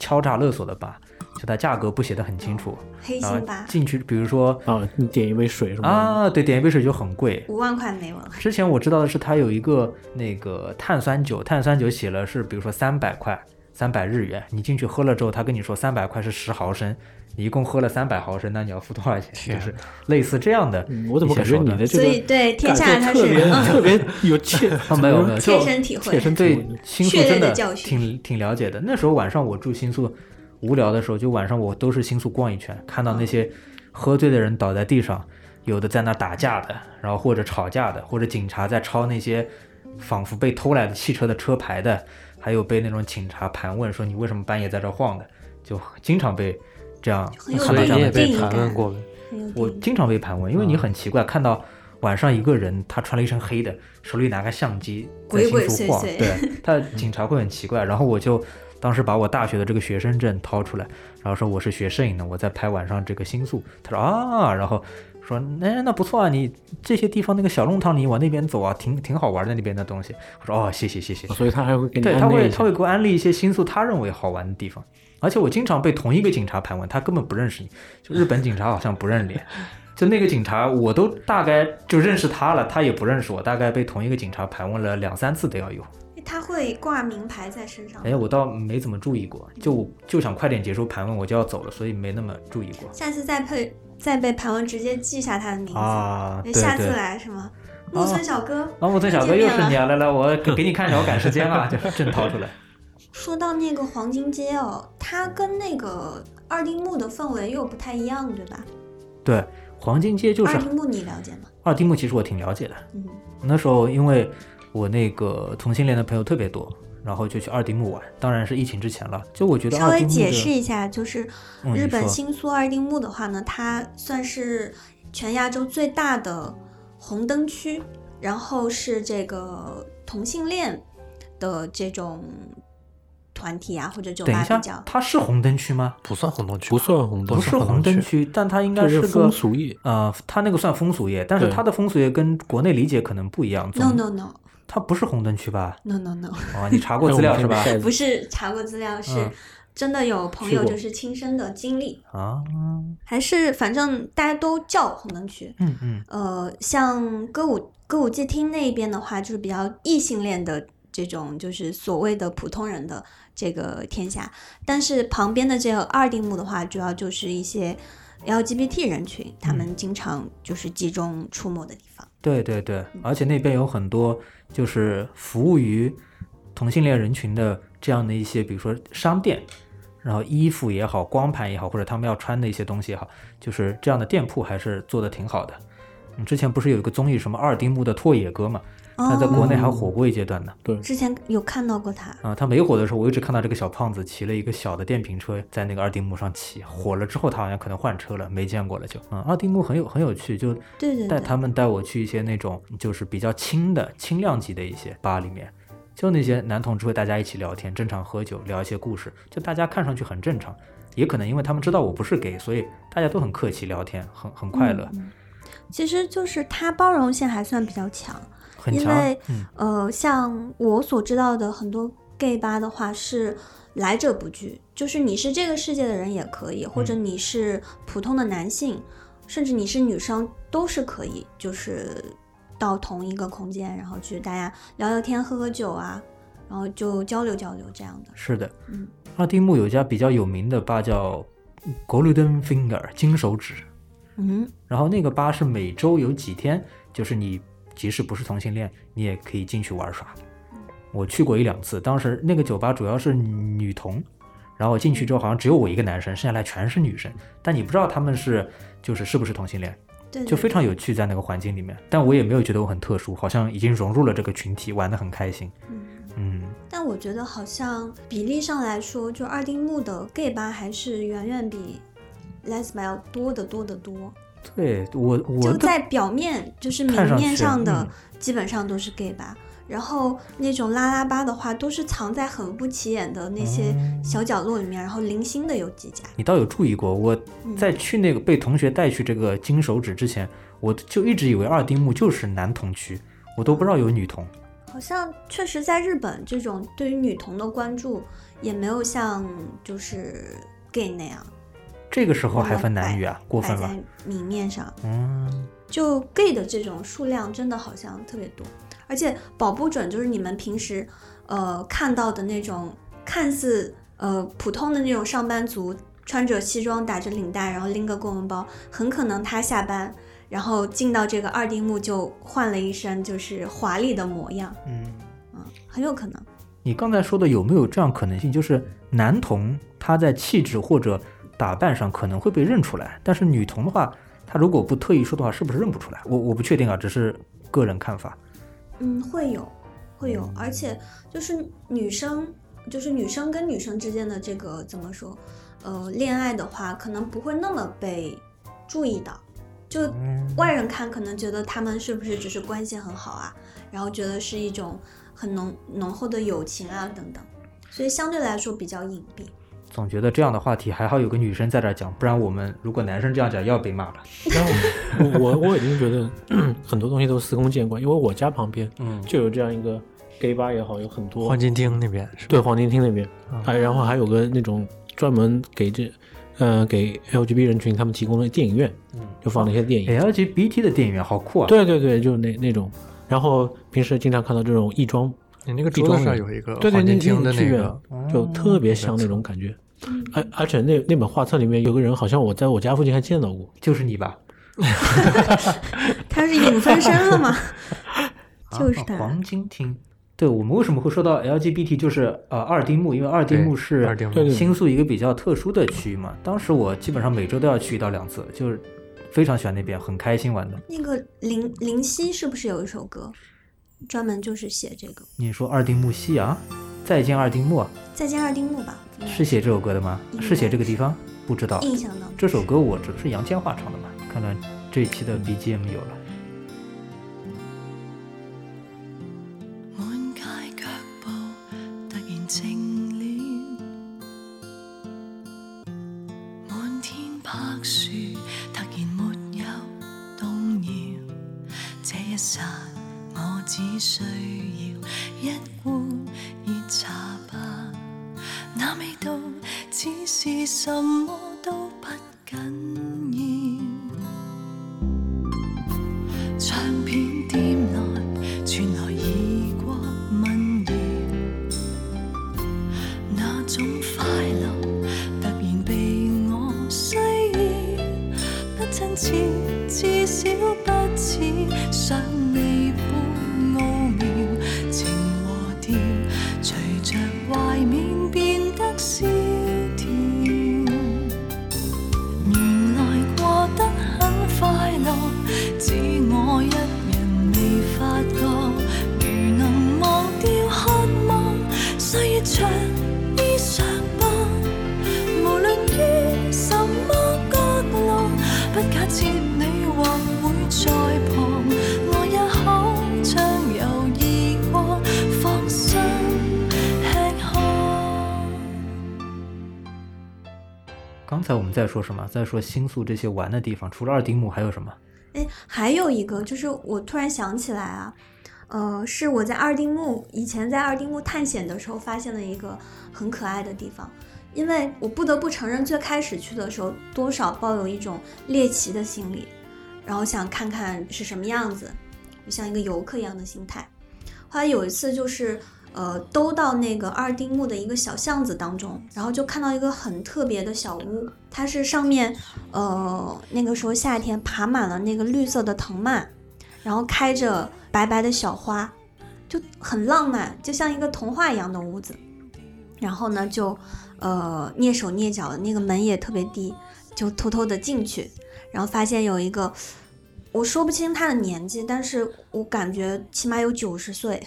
Speaker 3: 敲诈勒索的吧，就它价格不写的很清楚，
Speaker 2: 黑
Speaker 3: 然后
Speaker 2: 心吧，
Speaker 3: 进去比如说
Speaker 1: 啊，你点一杯水什么的，
Speaker 3: 啊，对，点一杯水就很贵。
Speaker 2: 五万块没了。
Speaker 3: 之前我知道的是，它有一个那个碳酸酒，碳酸酒写了是比如说三百块，三百日元，你进去喝了之后，他跟你说三百块是十毫升，你一共喝了三百毫升，那你要付多少钱？
Speaker 4: 天
Speaker 3: 就是类似这样的。
Speaker 1: 嗯我怎么感觉你的这
Speaker 2: 所以
Speaker 1: 个
Speaker 2: 对天
Speaker 1: 感受
Speaker 2: 下他
Speaker 1: 特
Speaker 2: 是
Speaker 1: 别
Speaker 2: 嗯
Speaker 1: 特别有切，
Speaker 3: 啊，没有没有，
Speaker 2: 切
Speaker 3: 就
Speaker 2: 身体会
Speaker 1: 切身体
Speaker 3: 对
Speaker 1: 会
Speaker 3: 星宿
Speaker 2: 血泪
Speaker 3: 真
Speaker 2: 的
Speaker 3: 的
Speaker 2: 教训
Speaker 3: 挺挺了解的。那时候晚上我住星宿，无聊的时候就晚上我都是星宿逛一圈，看
Speaker 2: 嗯
Speaker 3: 到那些喝醉的人倒在地上，有的在那打架的，然后或者吵架的，或者警察在抄那些仿佛被偷来的汽车的车牌的，还有被那种警察盘问说你为什么半夜在这晃的，就经常被这样
Speaker 2: 很有
Speaker 4: 所
Speaker 3: 看到
Speaker 4: 以
Speaker 3: 这
Speaker 4: 你
Speaker 3: 样
Speaker 4: 也
Speaker 3: 的
Speaker 4: 被
Speaker 2: 电影
Speaker 4: 盘
Speaker 2: 感
Speaker 4: 问过呗？
Speaker 2: 很有
Speaker 3: 我
Speaker 2: 电影
Speaker 3: 经常被盘问，因为你很奇怪，看到晚上一个人他穿了一身黑的，手里拿个相机在
Speaker 2: 鬼鬼祟
Speaker 3: 新竹晃，
Speaker 2: 祟
Speaker 3: 对 他警察会很奇怪。然后我就当时把我大学的这个学生证掏出来，然后说我是学摄影的，我在拍晚上这个新宿。他说啊，然后说那那不错啊，你这些地方那个小弄堂你往那边走啊，挺挺好玩的那边的东西。我说哦，谢谢谢谢。
Speaker 1: 所以他还会给你
Speaker 3: 对，
Speaker 1: 安
Speaker 3: 他
Speaker 1: 慰
Speaker 3: 会
Speaker 1: 一下
Speaker 3: 他会给我安利一些新宿他认为好玩的地方，而且我经常被同一个警察盘问，他根本不认识你，就日本警察好像不认脸，就那个警察我都大概就认识他了，他也不认识我，大概被同一个警察盘问了两三次都要有。
Speaker 2: 他会挂名牌在身上。
Speaker 3: 哎，我倒没怎么注意过，就就想快点结束盘问，我就要走了，所以没那么注意过
Speaker 2: 下次再配再被盘问，直接记下他的名字。
Speaker 3: 啊。对
Speaker 2: 下次
Speaker 3: 对。
Speaker 2: 来是吗？木村小哥，
Speaker 3: 啊，木村小哥
Speaker 2: 见
Speaker 3: 又
Speaker 2: 面
Speaker 3: 是你啊！来来，我给给你看一下，我赶时间了，就是正掏出来。
Speaker 2: 说到那个黄金街哦，它跟那个二丁目的氛围又不太一样，对吧？
Speaker 3: 对，黄金街就是
Speaker 2: 二丁啊目你了解吗？
Speaker 3: 二丁目，其实我挺了解的，
Speaker 2: 嗯，
Speaker 3: 那时候因为我那个同性恋的朋友特别多，然后就去二丁目玩，当然是疫情之前了。就我觉得
Speaker 2: 稍
Speaker 3: 二
Speaker 2: 微
Speaker 3: 丁目
Speaker 2: 解释
Speaker 3: 的，
Speaker 2: 一下，就是
Speaker 3: 嗯、
Speaker 2: 日
Speaker 3: 你
Speaker 2: 本
Speaker 3: 说
Speaker 2: 新宿二丁目的话呢，它算是全亚洲最大的红灯区，然后是这个同性恋的这种团体啊或者酒
Speaker 3: 等
Speaker 2: 吧
Speaker 3: 一下
Speaker 2: 比较，。
Speaker 3: 它是红灯区吗？
Speaker 4: 不算红灯区吧，
Speaker 1: 不算红灯，
Speaker 3: 不是红灯区，但它应该
Speaker 1: 这是
Speaker 3: 个
Speaker 1: 风俗业。
Speaker 3: 呃，它那个算风俗业，但是
Speaker 1: 对
Speaker 3: 它的风俗业跟国内理解可能不一样。
Speaker 2: No
Speaker 3: 总
Speaker 2: no no
Speaker 3: 它不是红灯区吧？
Speaker 2: no no no，
Speaker 3: 哦，你
Speaker 1: 哎
Speaker 3: 查过资料是吧？
Speaker 2: 不是查过资料，是
Speaker 3: 嗯
Speaker 2: 真的有朋友
Speaker 1: 去过
Speaker 2: 就是亲身的经历，
Speaker 3: 啊，
Speaker 2: 还是反正大家都叫红灯区。
Speaker 3: 嗯嗯，
Speaker 2: 呃，像歌舞歌舞伎町那一边的话，就是比较异性恋的这种，就是所谓的普通人的这个天下。但是旁边的这个二丁目的话，主要就是一些 LGBT 人群，他
Speaker 3: 嗯
Speaker 2: 们经常就是集中出没的地方。
Speaker 3: 对对对，而且那边有很多就是服务于同性恋人群的这样的一些，比如说商店，然后衣服也好，光盘也好，或者他们要穿的一些东西也好，就是这样的店铺还是做的挺好的。嗯，之前不是有一个综艺什么二丁目的拓野哥嘛，他在国内还火过一阶段呢。
Speaker 2: 哦之前有看到过他，
Speaker 3: 啊，他没火的时候，我一直看到这个小胖子骑了一个小的电瓶车在那个二丁目上骑。火了之后，他好像可能换车了，没见过了就。嗯，二丁目很有很有趣，就
Speaker 2: 对对
Speaker 3: 带
Speaker 2: 对，
Speaker 3: 他们带我去一些那种就是比较轻的轻量级的一些吧里面，就那些男同志会大家一起聊天，正常喝酒，聊一些故事，就大家看上去很正常。也可能因为他们知道我不是 gay，所以大家都很客气，聊天很很快乐，
Speaker 2: 嗯。嗯其实就是他包容性还算比较强，
Speaker 3: 很
Speaker 2: 因
Speaker 3: 强。
Speaker 2: 为
Speaker 3: 嗯，
Speaker 2: 呃，像我所知道的很多 gay 吧的话是来者不拒，就是你是这个世界的人也可以，或者
Speaker 3: 嗯
Speaker 2: 你是普通的男性，甚至你是女生都是可以，就是到同一个空间，然后去大家聊聊天、喝喝酒啊，然后就交流交流这样的。
Speaker 3: 是的，
Speaker 2: 嗯
Speaker 3: 二丁目有一家比较有名的吧叫 Golden Finger 金手指，
Speaker 2: 嗯，
Speaker 3: 然后那个吧是每周有几天，就是你即使不是同性恋，你也可以进去玩耍。我去过一两次，当时那个酒吧主要是女同，然后进去之后好像只有我一个男生，剩下来全是女生，但你不知道他们是就是是不是同性恋，
Speaker 2: 对对
Speaker 3: 就非常有趣在那个环境里面。但我也没有觉得我很特殊，好像已经融入了这个群体，玩得很开心。
Speaker 2: 嗯
Speaker 3: 嗯，
Speaker 2: 但我觉得好像比例上来说，就二丁目的 gay 吧还是远远比 les 吧要多得多得多。
Speaker 3: 对我我
Speaker 2: 就
Speaker 3: 的
Speaker 2: 在表面，就是
Speaker 3: 看
Speaker 2: 明
Speaker 3: 上
Speaker 2: 面
Speaker 3: 去
Speaker 2: 上的
Speaker 3: 嗯，
Speaker 2: 基本上都是 gay 吧。然后那种拉拉吧的话，都是藏在很不起眼的那
Speaker 3: 哦
Speaker 2: 些小角落里面，然后零星的有几家。
Speaker 3: 你倒有注意过，我
Speaker 2: 嗯
Speaker 3: 在去那个被同学带去这个金手指之前，我就一直以为二丁目就是男童区，我都不知道有女童。
Speaker 2: 好像确实在日本，这种对于女童的关注也没有像就是 gay 那样
Speaker 3: 这个时候还分男女啊，过
Speaker 2: 摆
Speaker 3: 分了
Speaker 2: 在。明面上。
Speaker 3: 嗯，
Speaker 2: 就 gay 的这种数量真的好像特别多，而且保不准就是你们平时呃看到的那种看似呃普通的那种上班族，穿着西装打着领带，然后拎个公文包，很可能他下班然后进到这个二丁目就换了一身就是华丽的模样，
Speaker 3: 嗯，
Speaker 2: 嗯，很有可能。
Speaker 3: 你刚才说的有没有这样可能性？就是男童他在气质或者打扮上可能会被认出来，但是女童的话，她如果不特意说的话，是不是认不出来？我我不确定啊，只是个人看法。
Speaker 2: 嗯，会有，会有，
Speaker 3: 嗯
Speaker 2: 而且就是女生，就是女生跟女生之间的这个怎么说，呃，恋爱的话，可能不会那么被注意到，就
Speaker 3: 嗯
Speaker 2: 外人看可能觉得他们是不是只是关系很好啊，然后觉得是一种很浓浓厚的友情啊等等，所以相对来说比较隐蔽。
Speaker 3: 总觉得这样的话题还好有个女生在这儿讲，不然我们如果男生这样讲要被骂了。
Speaker 1: 然后我我我已经觉得 很多东西都司空见惯，因为我家旁边
Speaker 3: 嗯
Speaker 1: 就有这样一个 gay 吧也好，有很多
Speaker 4: 黄金町那边是吧？
Speaker 1: 对黄金厅那边，还、然后还有个那种专门给这呃给 LGB 人群他们提供的电影院，
Speaker 3: 嗯
Speaker 1: 就放了一些电影。
Speaker 3: ，LGBT 的电影院好酷啊！，
Speaker 1: 对对对，就是那那种。然后平时经常看到这种亦庄，
Speaker 4: 你那个桌子上有一个
Speaker 1: 对对，
Speaker 4: 黄
Speaker 1: 那
Speaker 4: 金町的
Speaker 1: 剧
Speaker 4: 那
Speaker 1: 院
Speaker 4: 个，哦
Speaker 1: 就特别像那种感觉。 而而且那那本画册里面有个人，好像我在我家附近还见到过。
Speaker 3: 就是你吧？
Speaker 2: 他是影分身了吗？就是他
Speaker 3: 啊黄金厅。对我们为什么会说到 LGBT，就是呃二丁目，因为二丁目
Speaker 4: 对
Speaker 3: 是
Speaker 4: 二丁目
Speaker 1: 对对对
Speaker 3: 新宿一个比较特殊的区域嘛。当时我基本上每周都要去一到两次，就是非常喜欢那边，很开心玩的。
Speaker 2: 那个林林夕是不是有一首歌，专门就是写这个
Speaker 3: 你说二丁目夕阳，再见二丁目啊，
Speaker 2: 《再见二丁目》吧？嗯
Speaker 3: 是写这首歌的吗？
Speaker 2: 嗯
Speaker 3: 是写这个地方？不知道。
Speaker 2: 印象当中
Speaker 3: 这首歌我这是杨千嬅唱的嘛？看看这一期的 BGM 有了。
Speaker 5: 满街脚步突然静了，满天柏樹突然沒有動搖。這一剎，我只需要一罐熱茶吧，那味道只是什麼都不緊要。唱片店內傳來異國民謠，那種快樂突然被我需要，不親切，至少不似尚未般奧妙，情和調隨着懷緬變得蕭條。原來過得很快樂，只我一人未發覺。如能忘掉渴望，歲月長衣裳吧。無論於什麼角落，不假設你或會在旁，我也可暢遊異國，放鬆吃喝。
Speaker 3: 刚才我们在说什么？在说新宿这些玩的地方，除了二丁目还有什么？
Speaker 2: 哎，还有一个就是我突然想起来啊，呃，是我在二丁目以前在二丁目探险的时候发现了一个很可爱的地方，因为我不得不承认，最开始去的时候多少抱有一种猎奇的心理，然后想看看是什么样子，就像一个游客一样的心态。后来有一次就是。呃，兜到那个二丁目的一个小巷子当中，然后就看到一个很特别的小屋，它是上面呃，那个时候夏天爬满了那个绿色的藤蔓，然后开着白白的小花，就很浪漫，就像一个童话一样的屋子。然后呢，就呃蹑手蹑脚的，那个门也特别低，就偷偷的进去，然后发现有一个，我说不清他的年纪，但是我感觉起码有九十岁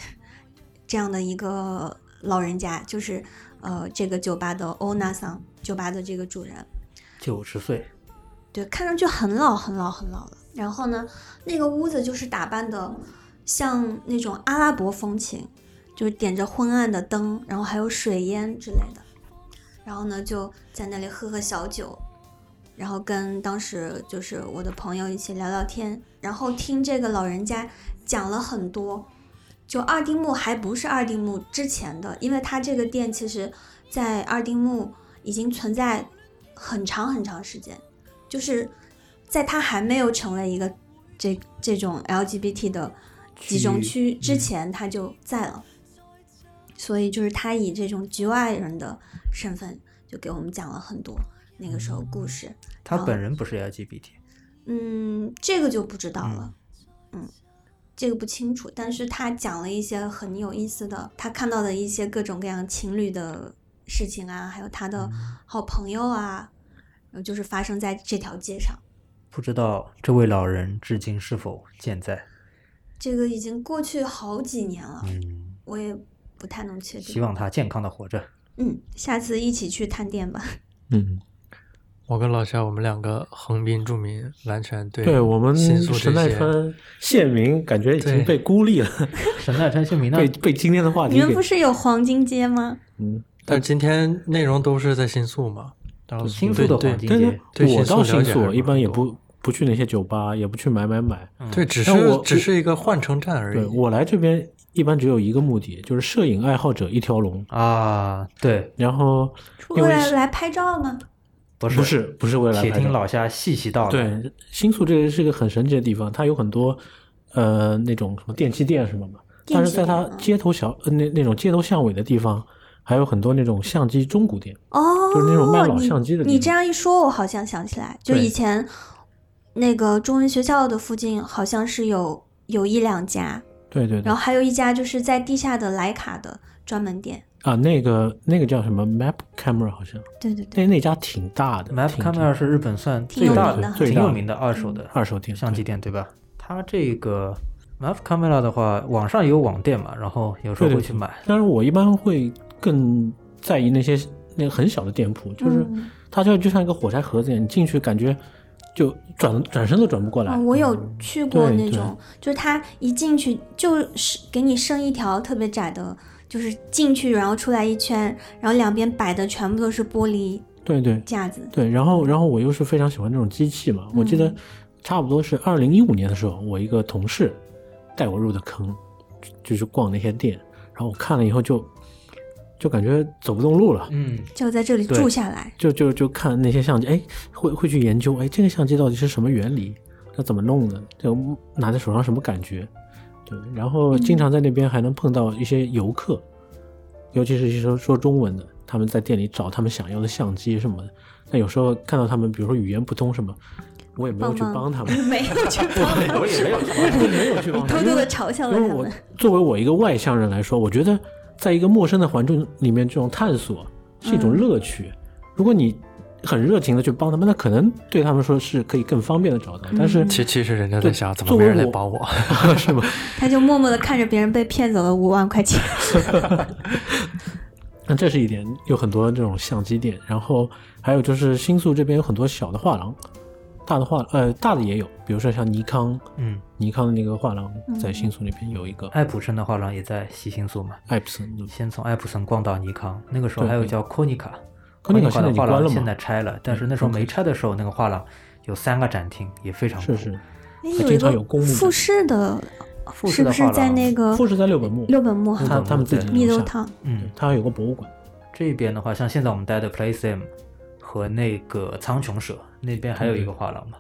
Speaker 2: 这样的一个老人家，就是呃这个酒吧的欧娜桑，酒吧的这个主人。
Speaker 3: 九十岁，
Speaker 2: 对，看上去很老很老很老了。然后呢，那个屋子就是打扮的，像那种阿拉伯风情，就是点着昏暗的灯，然后还有水烟之类的。然后呢，就在那里喝喝小酒，然后跟当时就是我的朋友一起聊聊天，然后听这个老人家讲了很多。就二丁目还不是二丁目之前的，因为它这个店其实，在二丁目已经存在很长很长时间，就是在它还没有成为一个这这种 LGBT 的集中区嗯之前，它就在了。所以就是他以这种局外人的身份，就给我们讲了很多那个时候故事。
Speaker 3: 他本人不是 LGBT，
Speaker 2: 嗯，这个就不知道了，嗯这个不清楚。但是他讲了一些很有意思的，他看到的一些各种各样情侣的事情啊，还有他的好朋友啊，然后就是发生在这条街上。
Speaker 3: 不知道这位老人至今是否健在。
Speaker 2: 这个已经过去好几年了，
Speaker 3: 嗯，
Speaker 2: 我也不太能确定。
Speaker 3: 希望他健康的活着。
Speaker 2: 嗯，下次一起去探店吧。
Speaker 1: 嗯，
Speaker 4: 我跟老夏，我们两个横滨住民完全对
Speaker 1: 对我们
Speaker 4: 新宿这
Speaker 1: 神奈
Speaker 4: 些
Speaker 1: 川县民感觉已经
Speaker 4: 对
Speaker 1: 被孤立 了，
Speaker 3: 神奈川县民呢
Speaker 1: 被？被今天的话
Speaker 2: 你
Speaker 1: 题
Speaker 2: 们
Speaker 1: 啊给
Speaker 2: 不是有黄金街吗？
Speaker 1: 嗯，
Speaker 4: 但今天内容都是在新宿嘛，然后
Speaker 3: 新宿的
Speaker 4: 对
Speaker 3: 黄金
Speaker 1: 但
Speaker 3: 街
Speaker 1: 是，
Speaker 4: 对
Speaker 1: 我
Speaker 4: 新宿
Speaker 1: 到
Speaker 4: 了
Speaker 1: 新
Speaker 4: 解还
Speaker 1: 宿
Speaker 4: 是
Speaker 1: 一般也
Speaker 4: 蛮多啊
Speaker 1: 不不去那些酒吧，也不去买买买，
Speaker 4: 对，只
Speaker 1: 但
Speaker 4: 是
Speaker 1: 我
Speaker 4: 只是一个换乘站而
Speaker 1: 对
Speaker 4: 已。
Speaker 1: 我来这边一般只有一个目的，就是摄影爱好者一条龙。
Speaker 3: 啊，对，
Speaker 1: 然后
Speaker 2: 为
Speaker 1: 因
Speaker 2: 了
Speaker 1: 为
Speaker 2: 来拍照吗？
Speaker 3: 不是
Speaker 1: 不是不是为了
Speaker 3: 且
Speaker 1: 拍
Speaker 3: 听
Speaker 1: 照
Speaker 3: 老夏细细道来。
Speaker 1: 对新宿这是个很神奇的地方，它有很多呃那种什么电器店什么嘛，
Speaker 2: 电
Speaker 1: 但
Speaker 2: 器
Speaker 1: 是在
Speaker 2: 店
Speaker 1: 它
Speaker 2: 嗯
Speaker 1: 街头小、呃、那那种街头巷尾的地方，还有很多那种相机中古店。
Speaker 2: 哦，
Speaker 1: 就是那种卖老相机的地
Speaker 2: 你。
Speaker 1: 方
Speaker 2: 你这样一说，我好像想起来，就
Speaker 1: 对
Speaker 2: 以前那个中文学校的附近，好像是有有一两家，
Speaker 1: 对对对
Speaker 2: 然后还有一家就是在地下的徕卡的专门店。
Speaker 1: 啊，那个那个叫什么 Map Camera 好像
Speaker 2: 对对对，
Speaker 1: 那那家挺大的
Speaker 3: Map
Speaker 1: 挺
Speaker 3: Camera 是日本算
Speaker 2: 挺
Speaker 3: 最
Speaker 2: 有
Speaker 3: 大
Speaker 2: 名
Speaker 3: 的、
Speaker 2: 的
Speaker 1: 最
Speaker 3: 挺
Speaker 1: 大
Speaker 3: 有
Speaker 1: 的嗯
Speaker 3: 名的二手的
Speaker 1: 二手店
Speaker 3: 相机
Speaker 1: 对
Speaker 3: 店，对吧？它这个 Map Camera 的话，网上也有网店嘛，然后有时候
Speaker 1: 对对
Speaker 3: 会去
Speaker 1: 对
Speaker 3: 买。
Speaker 1: 但是我一般会更在意那些那个很小的店铺，就是
Speaker 2: 嗯
Speaker 1: 它就就像一个火柴盒子一样，你进去感觉就转转身都转不过来。嗯
Speaker 2: 哦我有去过
Speaker 1: 对
Speaker 2: 那
Speaker 1: 对
Speaker 2: 种，就是他一进去就是给你剩一条特别窄的，就是进去然后出来一圈，然后两边摆的全部都是玻璃
Speaker 1: 对对
Speaker 2: 架子。
Speaker 1: 对，然后然后我又是非常喜欢这种机器嘛，我记得差不多是二零一五年的时候，我一个同事带我入的坑，就就是逛那些店，然后我看了以后就就感觉走不动路了。
Speaker 3: 嗯，
Speaker 2: 就在这里
Speaker 3: 对
Speaker 2: 住下来，
Speaker 1: 就就就看那些相机，哎，会会去研究，哎，这个相机到底是什么原理？它怎么弄的？就拿在手上什么感觉？对，然
Speaker 2: 嗯
Speaker 1: 后经常在那边还能碰到一些游客，尤其是一些说说中文的，他们在店里找他们想要的相机什么的。但有时候看到他们，比如说语言不通什么，我也没有去
Speaker 2: 帮
Speaker 1: 帮
Speaker 2: 忙
Speaker 1: 他 们，
Speaker 2: 没有去帮忙
Speaker 3: 我也没有
Speaker 1: 没有去帮他
Speaker 2: 偷
Speaker 1: 们，
Speaker 2: 偷
Speaker 1: 哦因为
Speaker 2: 的嘲笑了
Speaker 1: 因为
Speaker 2: 他
Speaker 1: 我
Speaker 2: 们。
Speaker 1: 作为我一个外向人来说，我觉得在一个陌生的环境里面，这种探索是
Speaker 2: 嗯
Speaker 1: 一种乐趣。如果你很热情的去帮他们，那可能对他们说是可以更方便的找到。但是、
Speaker 2: 嗯
Speaker 4: 其其实人家在
Speaker 1: 对
Speaker 4: 想，怎么
Speaker 1: 作
Speaker 4: 没
Speaker 1: 为
Speaker 4: 人来
Speaker 1: 我
Speaker 4: 帮我？
Speaker 1: 是吗？
Speaker 2: 他就默默的看着别人被骗走了五万块 钱。
Speaker 1: 那这是一点，有很多这种相机店，然后还有就是新宿这边有很多小的画廊，大的画呃大的也有，比如说像尼康，
Speaker 3: 嗯，
Speaker 1: 尼康的那个画廊
Speaker 2: 嗯
Speaker 1: 在新宿那边有一个
Speaker 3: 爱普生的画廊也在西新宿嘛，
Speaker 1: 艾普森的，
Speaker 3: 先从爱普生逛到尼康，那个时候
Speaker 1: 对
Speaker 3: 还有
Speaker 1: 对
Speaker 3: 叫 Konica。
Speaker 1: 康尼卡现在
Speaker 3: 的
Speaker 1: 已
Speaker 3: 画
Speaker 1: 经关
Speaker 3: 廊
Speaker 1: 了
Speaker 3: 现
Speaker 1: 嘛嗯
Speaker 3: 在？拆了，但是那时候没拆的时候，那个画廊有三个展厅，也非常酷。
Speaker 1: 是是，
Speaker 2: 哎
Speaker 1: 经
Speaker 2: 一
Speaker 1: 常
Speaker 2: 个
Speaker 1: 有公务
Speaker 2: 复
Speaker 1: 的
Speaker 2: 式的，
Speaker 3: 复式
Speaker 2: 是不
Speaker 3: 的画
Speaker 2: 是
Speaker 3: 廊
Speaker 2: 在那个
Speaker 1: 富士在六本木，
Speaker 2: 呃六本木哈
Speaker 1: 他他们自己
Speaker 2: 蜜
Speaker 1: 楼
Speaker 2: 豆
Speaker 1: 下
Speaker 2: 汤？
Speaker 3: 嗯，
Speaker 1: 它有个博物馆。
Speaker 3: 这边的话，像现在我们待的 PlaySim 和那个苍穹社那边还有一个画廊嘛，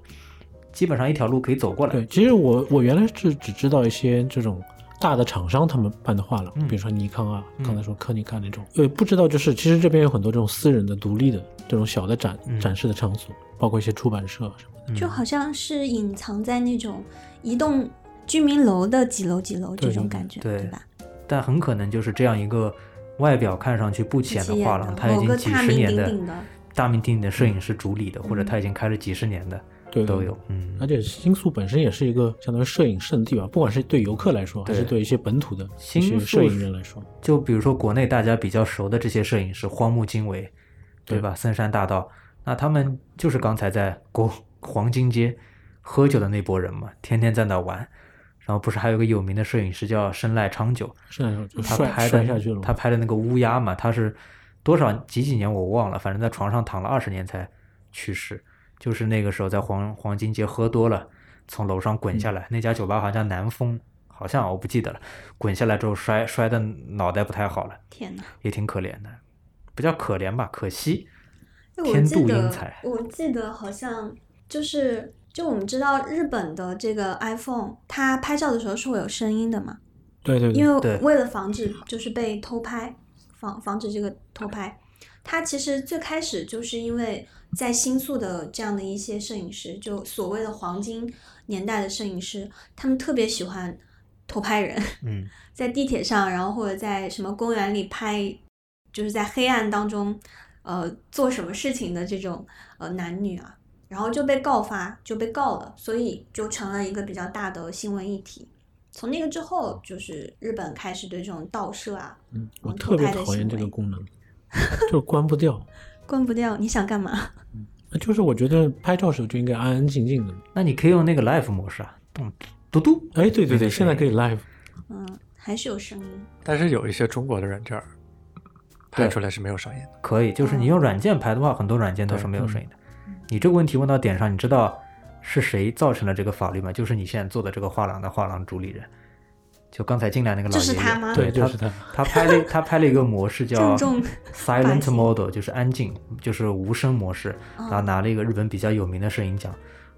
Speaker 3: 基本上一条路可以走过
Speaker 1: 嗯
Speaker 3: 来。
Speaker 1: 对，其实我我原来是只知道一些这种大的厂商他们办的画廊，
Speaker 3: 嗯
Speaker 1: 比如说尼康啊，
Speaker 3: 嗯
Speaker 1: 刚才说科尼卡那种，呃，不知道就是其实这边有很多这种私人的、独立的这种小的展、
Speaker 3: 嗯
Speaker 1: 展示的场所，包括一些出版社啊什么的。
Speaker 2: 就好像是隐藏在那种一栋居民楼的几楼几楼这
Speaker 1: 对
Speaker 2: 种
Speaker 1: 对
Speaker 2: 感觉，
Speaker 3: 对
Speaker 2: 吧？
Speaker 3: 但很可能就是这样一个外表看上去不起眼的画廊，它已
Speaker 2: 某
Speaker 3: 经
Speaker 2: 个
Speaker 3: 几
Speaker 2: 大
Speaker 3: 十
Speaker 2: 名
Speaker 3: 年
Speaker 2: 鼎
Speaker 3: 的
Speaker 2: 鼎的，
Speaker 3: 大名鼎鼎的摄影师主理的，或者
Speaker 2: 嗯
Speaker 3: 他已经开了几十年的
Speaker 1: 对
Speaker 3: 都有。。嗯
Speaker 1: 而，且新宿本身也是一个相当于摄影圣地吧，不管是对游客来说，还
Speaker 3: 对
Speaker 1: 是对一些本土的一
Speaker 3: 新
Speaker 1: 些
Speaker 3: 宿
Speaker 1: 摄影人来说，
Speaker 3: 就比如说国内大家比较熟的这些摄影师，荒木经惟，对
Speaker 1: 对
Speaker 3: 吧？森山大道，那他们就是刚才在国黄金街喝酒的那波人嘛，天天在那玩。然后不是还有个有名的摄影师叫深濑昌久，
Speaker 1: 是那种就
Speaker 3: 他
Speaker 1: 摔
Speaker 3: 拍
Speaker 1: 摔
Speaker 3: 的
Speaker 1: 下去了吗，
Speaker 3: 他拍的那个乌鸦嘛，他是多少几几年我忘了，反正在床上躺了二十年才去世，就是那个时候在黄黄金街喝多了，从楼上滚下
Speaker 1: 嗯
Speaker 3: 来，那家酒吧好像叫南风，好像我不记得了，滚下来之后摔摔的脑袋不太好了，
Speaker 2: 天哪！
Speaker 3: 也挺可怜的，不叫可怜吧，可惜，
Speaker 2: 因为我
Speaker 3: 天
Speaker 2: 记
Speaker 3: 妒英
Speaker 2: 得
Speaker 3: 才，
Speaker 2: 我记得好像就是，就我们知道日本的这个 iPhone，它拍照的时候是会有声音的嘛，
Speaker 1: 对对对
Speaker 2: 因为
Speaker 3: 嗯对
Speaker 2: 为了防止就是被偷拍，防防止这个偷拍，它其实最开始就是因为在新宿的这样的一些摄影师，就所谓的黄金年代的摄影师，他们特别喜欢偷拍人，
Speaker 3: 嗯，
Speaker 2: 在地铁上，然后或者在什么公园里拍，就是在黑暗当中，呃，做什么事情的这种呃男女啊，然后就被告发，就被告了，所以就成了一个比较大的新闻议题。从那个之后，就是日本开始对这种盗摄啊
Speaker 1: 嗯，
Speaker 2: 我
Speaker 1: 我
Speaker 2: 们
Speaker 1: 特别
Speaker 2: 偷拍的
Speaker 1: 讨厌
Speaker 2: 行
Speaker 1: 这个
Speaker 2: 为
Speaker 1: 功能， 就是关不掉。
Speaker 2: 关不掉，你想干嘛？
Speaker 1: 就是我觉得拍照时候就应该安安静静的。
Speaker 3: 那你可以用那个 live 模式啊，咚嘟嘟，
Speaker 1: 哎，对对
Speaker 3: 那
Speaker 1: 对，
Speaker 3: 个
Speaker 1: 现在可以 live，
Speaker 2: 嗯，还是有声音。
Speaker 4: 但是有一些中国的软件儿拍出来是没有声音的。
Speaker 3: 可以，就是
Speaker 2: 嗯
Speaker 3: 你用软件拍的话，很多软件都是没有声音的。你这个问题问到点上，你知道是谁造成了这个法律吗？就是你现在做的这个画廊的画廊主理人，就刚才进来那个老爷爷，
Speaker 2: 就是他吗
Speaker 3: 对，
Speaker 1: 对就是
Speaker 3: 他
Speaker 1: 啊他，
Speaker 3: 他拍了他拍了一个模式叫
Speaker 2: 正中白
Speaker 3: silent
Speaker 2: 金
Speaker 3: model，就是安静，就是无声模式，
Speaker 2: 嗯
Speaker 3: 然后拿了一个日本比较有名的摄影奖，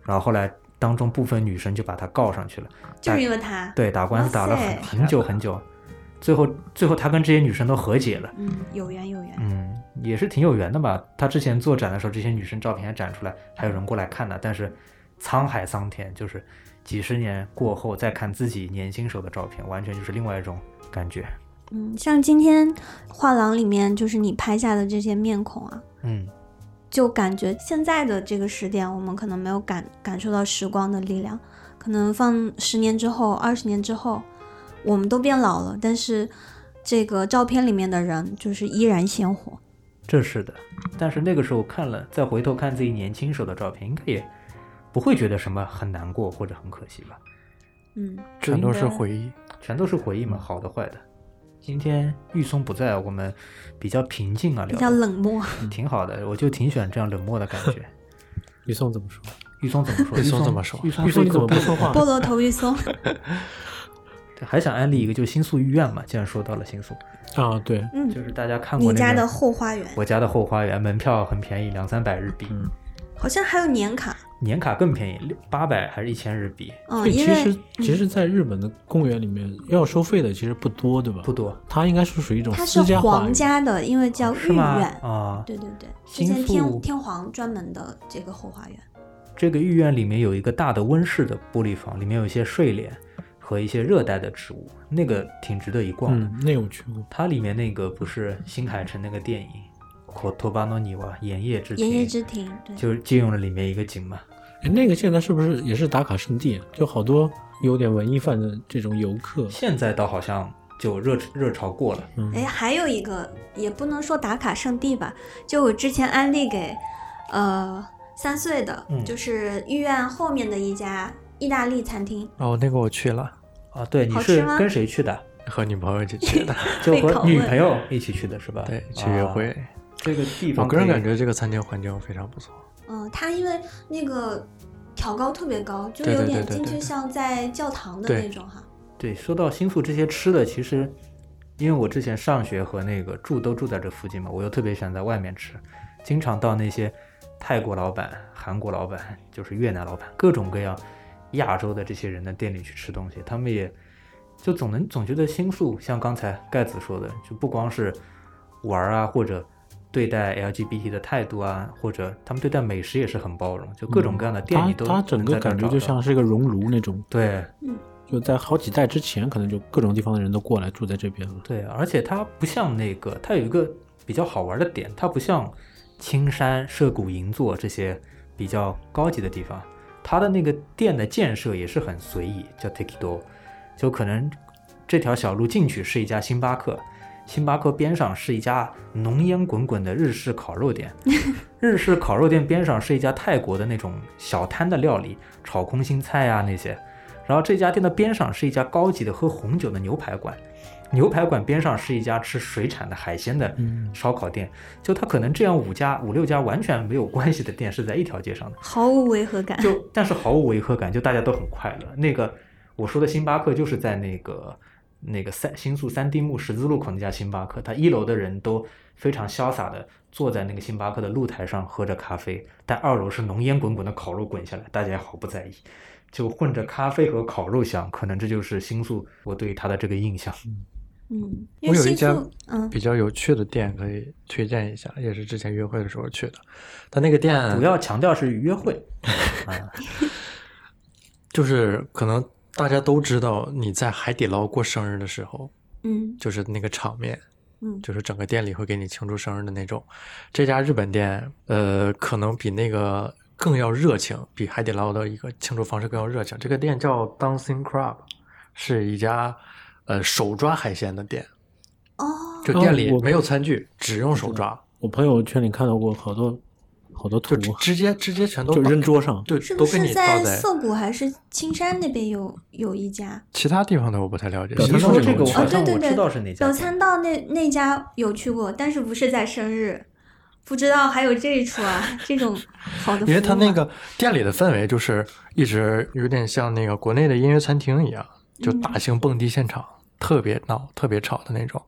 Speaker 3: 然后后来当中部分女生就把他告上去了，
Speaker 2: 就是因为他，
Speaker 3: 对，打官司打了
Speaker 2: 哇
Speaker 3: 很
Speaker 2: 塞
Speaker 3: 很久很久，最后最后他跟这些女生都和解了。
Speaker 2: 嗯，有缘有缘。
Speaker 3: 嗯，也是挺有缘的吧。他之前做展的时候，这些女生照片还展出来，还有人过来看呢。但是沧海桑田，就是几十年过后再看自己年轻时候的照片，完全就是另外一种感觉。
Speaker 2: 嗯，像今天画廊里面就是你拍下的这些面孔啊，
Speaker 3: 嗯，
Speaker 2: 就感觉现在的这个时点，我们可能没有感感受到时光的力量，可能放十年之后、二十年之后，我们都变老了，但是这个照片里面的人就是依然鲜活。
Speaker 3: 这是的。但是那个时候看了，再回头看自己年轻时候的照片，应该也不会觉得什么很难过或者很可惜吧。
Speaker 2: 嗯，
Speaker 3: 这
Speaker 4: 全都
Speaker 3: 应
Speaker 4: 是
Speaker 3: 该
Speaker 4: 回忆，
Speaker 3: 全都是回忆嘛，好的坏的。今天玉松不在，我们比较平静啊，
Speaker 2: 比
Speaker 3: 聊
Speaker 2: 较
Speaker 3: 的
Speaker 2: 冷漠。
Speaker 3: 挺好的，我就挺喜欢这样冷漠的感觉。
Speaker 1: 雨颂怎么说？
Speaker 3: 玉松怎么说？
Speaker 4: 玉松怎么说
Speaker 3: 玉松
Speaker 1: 雨
Speaker 3: 是
Speaker 1: 颂
Speaker 3: 一
Speaker 1: 你
Speaker 3: 个
Speaker 1: 怎么不
Speaker 3: 不
Speaker 1: 说话？
Speaker 2: 菠萝头一 松，
Speaker 3: 对还想安利一个，就是新宿御苑嘛。既然说到了新宿，
Speaker 1: 啊，对，
Speaker 2: 嗯，
Speaker 3: 就是大家看过
Speaker 2: 你
Speaker 3: 那个
Speaker 2: 家的后花园
Speaker 3: 我家的后花园，门票很便宜，两三百日币，
Speaker 1: 嗯
Speaker 2: 好像还有年卡，
Speaker 3: 年卡更便宜，六八百还是一千日币，
Speaker 1: 所
Speaker 2: 嗯，
Speaker 1: 以
Speaker 2: 因
Speaker 1: 其
Speaker 2: 为
Speaker 1: 实其实，在日本的公园里面要收费的其实不多，对吧？
Speaker 3: 不，多，
Speaker 1: 它应该是属于一种
Speaker 2: 它是
Speaker 1: 私家花
Speaker 2: 皇
Speaker 1: 园。
Speaker 2: 家的，因为叫
Speaker 3: 哦是
Speaker 2: 哦御
Speaker 3: 吗？
Speaker 2: 苑。
Speaker 3: 啊，
Speaker 2: 对对对，之
Speaker 3: 新
Speaker 2: 前
Speaker 3: 宿
Speaker 2: 天天皇专门的这个后花园。
Speaker 3: 这个御苑里面有一个大的温室的玻璃房，里面有一些睡莲和一些热带的植物，那个挺值得一逛的。
Speaker 1: 嗯，那我去过。
Speaker 3: 它里面那个不是新海诚那个电影《口托巴诺尼瓦盐业之庭
Speaker 2: 炎夜》，之庭，对，
Speaker 3: 就是借用了里面一个景嘛。
Speaker 1: 哎，那个现在是不是也是打卡圣地？啊就好多有点文艺范的这种游客，
Speaker 3: 现在倒好像就热热潮过了。
Speaker 4: 嗯
Speaker 2: 哎，还有一个也不能说打卡圣地吧，就我之前安利给，呃，三岁的，
Speaker 3: 嗯
Speaker 2: 就是御苑后面的一家意大利餐厅，
Speaker 4: 哦，那个我去了，
Speaker 3: 啊，对，你
Speaker 2: 好吃
Speaker 3: 是
Speaker 2: 吗
Speaker 3: 跟谁去的？
Speaker 4: 和女朋友一起去的，
Speaker 3: 就
Speaker 2: 被拷
Speaker 3: 和
Speaker 2: 问
Speaker 3: 女朋友一起去的是吧？
Speaker 4: 对， 去约会
Speaker 3: 啊。这个地方，
Speaker 4: 我个人感，觉这个餐厅环境非常不错，
Speaker 2: 嗯、它因为那个挑高特别高，就
Speaker 4: 对
Speaker 2: 有
Speaker 4: 对
Speaker 2: 点
Speaker 4: 对对
Speaker 2: 进
Speaker 4: 对
Speaker 2: 去
Speaker 4: 对
Speaker 2: 像在教堂的
Speaker 4: 对
Speaker 2: 那种哈，
Speaker 3: 对，说到新宿这些吃的，其实因为我之前上学和那个住都住在这附近嘛，我又特别喜欢在外面吃，经常到那些泰国老板、韩国老板，就是越南老板，各种各样亚洲的这些人的店里去吃东西，他们也就总能总觉得新宿，像刚才盖子说的，就不光是玩儿啊，或者对待 LGBT 的态度啊，或者他们对待美食也是很包容，就各种各样的店
Speaker 1: 嗯它
Speaker 3: 里都
Speaker 1: 它整
Speaker 3: 能
Speaker 1: 个
Speaker 3: 在这儿
Speaker 1: 感觉
Speaker 3: 找
Speaker 1: 就
Speaker 3: 到
Speaker 1: 像是一个熔炉那种，
Speaker 3: 对
Speaker 1: 就在好几代之前，可能就各种地方的人都过来住在这边了。
Speaker 3: 对，啊而且它不像那个，它有一个比较好玩的点，它不像青山、涉谷、银座这些比较高级的地方，它的那个店的建设也是很随意，叫 t a k i d o 就可能这条小路进去是一家星巴克，星巴克边上是一家浓烟滚滚的日式烤肉店，日式烤肉店边上是一家泰国的那种小摊的料理，炒空心菜啊那些，然后这家店的边上是一家高级的喝红酒的牛排馆，牛排馆边上是一家吃水产的海鲜的
Speaker 1: 嗯
Speaker 3: 烧烤店。就它可能这样五家五六家完全没有关系的店是在一条街上的。
Speaker 2: 毫无违和感。
Speaker 3: 就但是毫无违和感，就大家都很快乐。那个我说的星巴克就是在那个那个三新宿三丁目十字路口那家星巴克，它一楼的人都非常潇洒的坐在那个星巴克的露台上喝着咖啡，但二楼是浓烟滚滚的烤肉滚下来，大家也毫不在意。就混着咖啡和烤肉香，可能这就是新宿我对它的这个印象。
Speaker 2: 嗯，因
Speaker 4: 我
Speaker 2: 为
Speaker 4: 有一
Speaker 2: 新
Speaker 4: 家
Speaker 2: 宿，嗯，
Speaker 4: 比较有趣的店可以推荐一下，也是之前约会的时候去的。他那个店
Speaker 3: 主要强调是约会，啊，
Speaker 4: 就是可能大家都知道你在海底捞过生日的时候，
Speaker 2: 嗯
Speaker 4: 就是那个场面，
Speaker 2: 嗯
Speaker 4: 就是整个店里会给你庆祝生日的那种。这家日本店，呃，可能比那个更要热情，比海底捞的一个庆祝方式更要热情。这个店叫 Dancing Crab，是一家呃手抓海鲜的店，
Speaker 2: 哦，
Speaker 4: 就店里
Speaker 1: 哦我
Speaker 4: 没有餐具，只用手抓，
Speaker 1: 我朋友圈里看到过好多好多图啊
Speaker 4: 就，直直接直接全都
Speaker 1: 就
Speaker 4: 倒
Speaker 1: 扔桌上。
Speaker 4: 对，
Speaker 2: 是
Speaker 4: 都
Speaker 2: 不
Speaker 4: 给你
Speaker 2: 是
Speaker 4: 倒
Speaker 2: 在
Speaker 4: 在
Speaker 2: 涩谷还是青山那边有有一家？
Speaker 4: 其他地方的我不太了解。
Speaker 1: 表
Speaker 4: 其他
Speaker 1: 参
Speaker 3: 你
Speaker 1: 道
Speaker 4: 地
Speaker 1: 这
Speaker 4: 方
Speaker 3: 说这
Speaker 1: 个
Speaker 3: 个，我
Speaker 1: 我
Speaker 3: 好
Speaker 2: 哦，
Speaker 3: 像
Speaker 2: 对对
Speaker 3: 我
Speaker 2: 对，
Speaker 3: 知道是哪家
Speaker 2: 表
Speaker 3: 店。
Speaker 2: 参道那那家有去过，但是不是在生日，不知道还有这一出啊，这种好的服务啊。
Speaker 4: 因为它那个店里的氛围就是一直有点像那个国内的音乐餐厅一样，就大
Speaker 2: 嗯
Speaker 4: 型蹦迪现场，特别闹、特别吵的那种，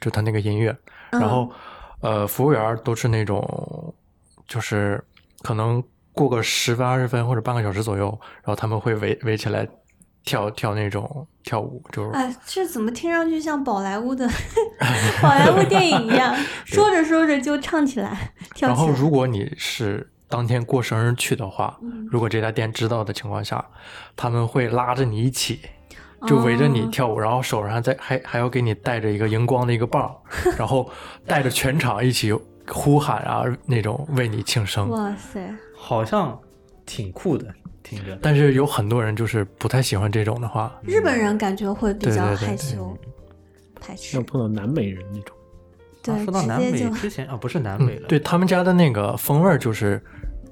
Speaker 4: 就它那个音乐。
Speaker 2: 嗯，
Speaker 4: 然后，呃，服务员儿都是那种，就是可能过个十分、二十分或者半个小时左右，然后他们会围围起来跳跳那种跳舞，就是
Speaker 2: 哎，这怎么听上去像宝莱坞的 宝莱坞电影一样？说着说着就唱起来，跳
Speaker 4: 然
Speaker 2: 起
Speaker 4: 后，
Speaker 2: 来。
Speaker 4: 如果你是当天过生日去的话，
Speaker 2: 嗯
Speaker 4: 如果这家店知道的情况下，他们会拉着你一起，就围着你
Speaker 2: 哦
Speaker 4: 跳舞，然后手上再还还要给你带着一个荧光的一个棒儿，然后带着全场一起呼喊啊那种为你庆生。
Speaker 2: 哇塞，
Speaker 3: 好像挺酷的，听着。
Speaker 4: 但是有很多人就是不太喜欢这种的话，
Speaker 2: 日本人感觉会比
Speaker 4: 对
Speaker 2: 较
Speaker 4: 对对
Speaker 2: 害
Speaker 4: 对
Speaker 2: 羞、排
Speaker 1: 要
Speaker 2: 斥，
Speaker 1: 碰到南美人那种，
Speaker 2: 对，
Speaker 3: 啊、说到
Speaker 2: 直
Speaker 3: 南
Speaker 2: 接
Speaker 3: 美
Speaker 2: 就
Speaker 3: 之前啊，不是南美
Speaker 4: 嗯
Speaker 3: 了，，
Speaker 4: 对他们家的那个风味儿就是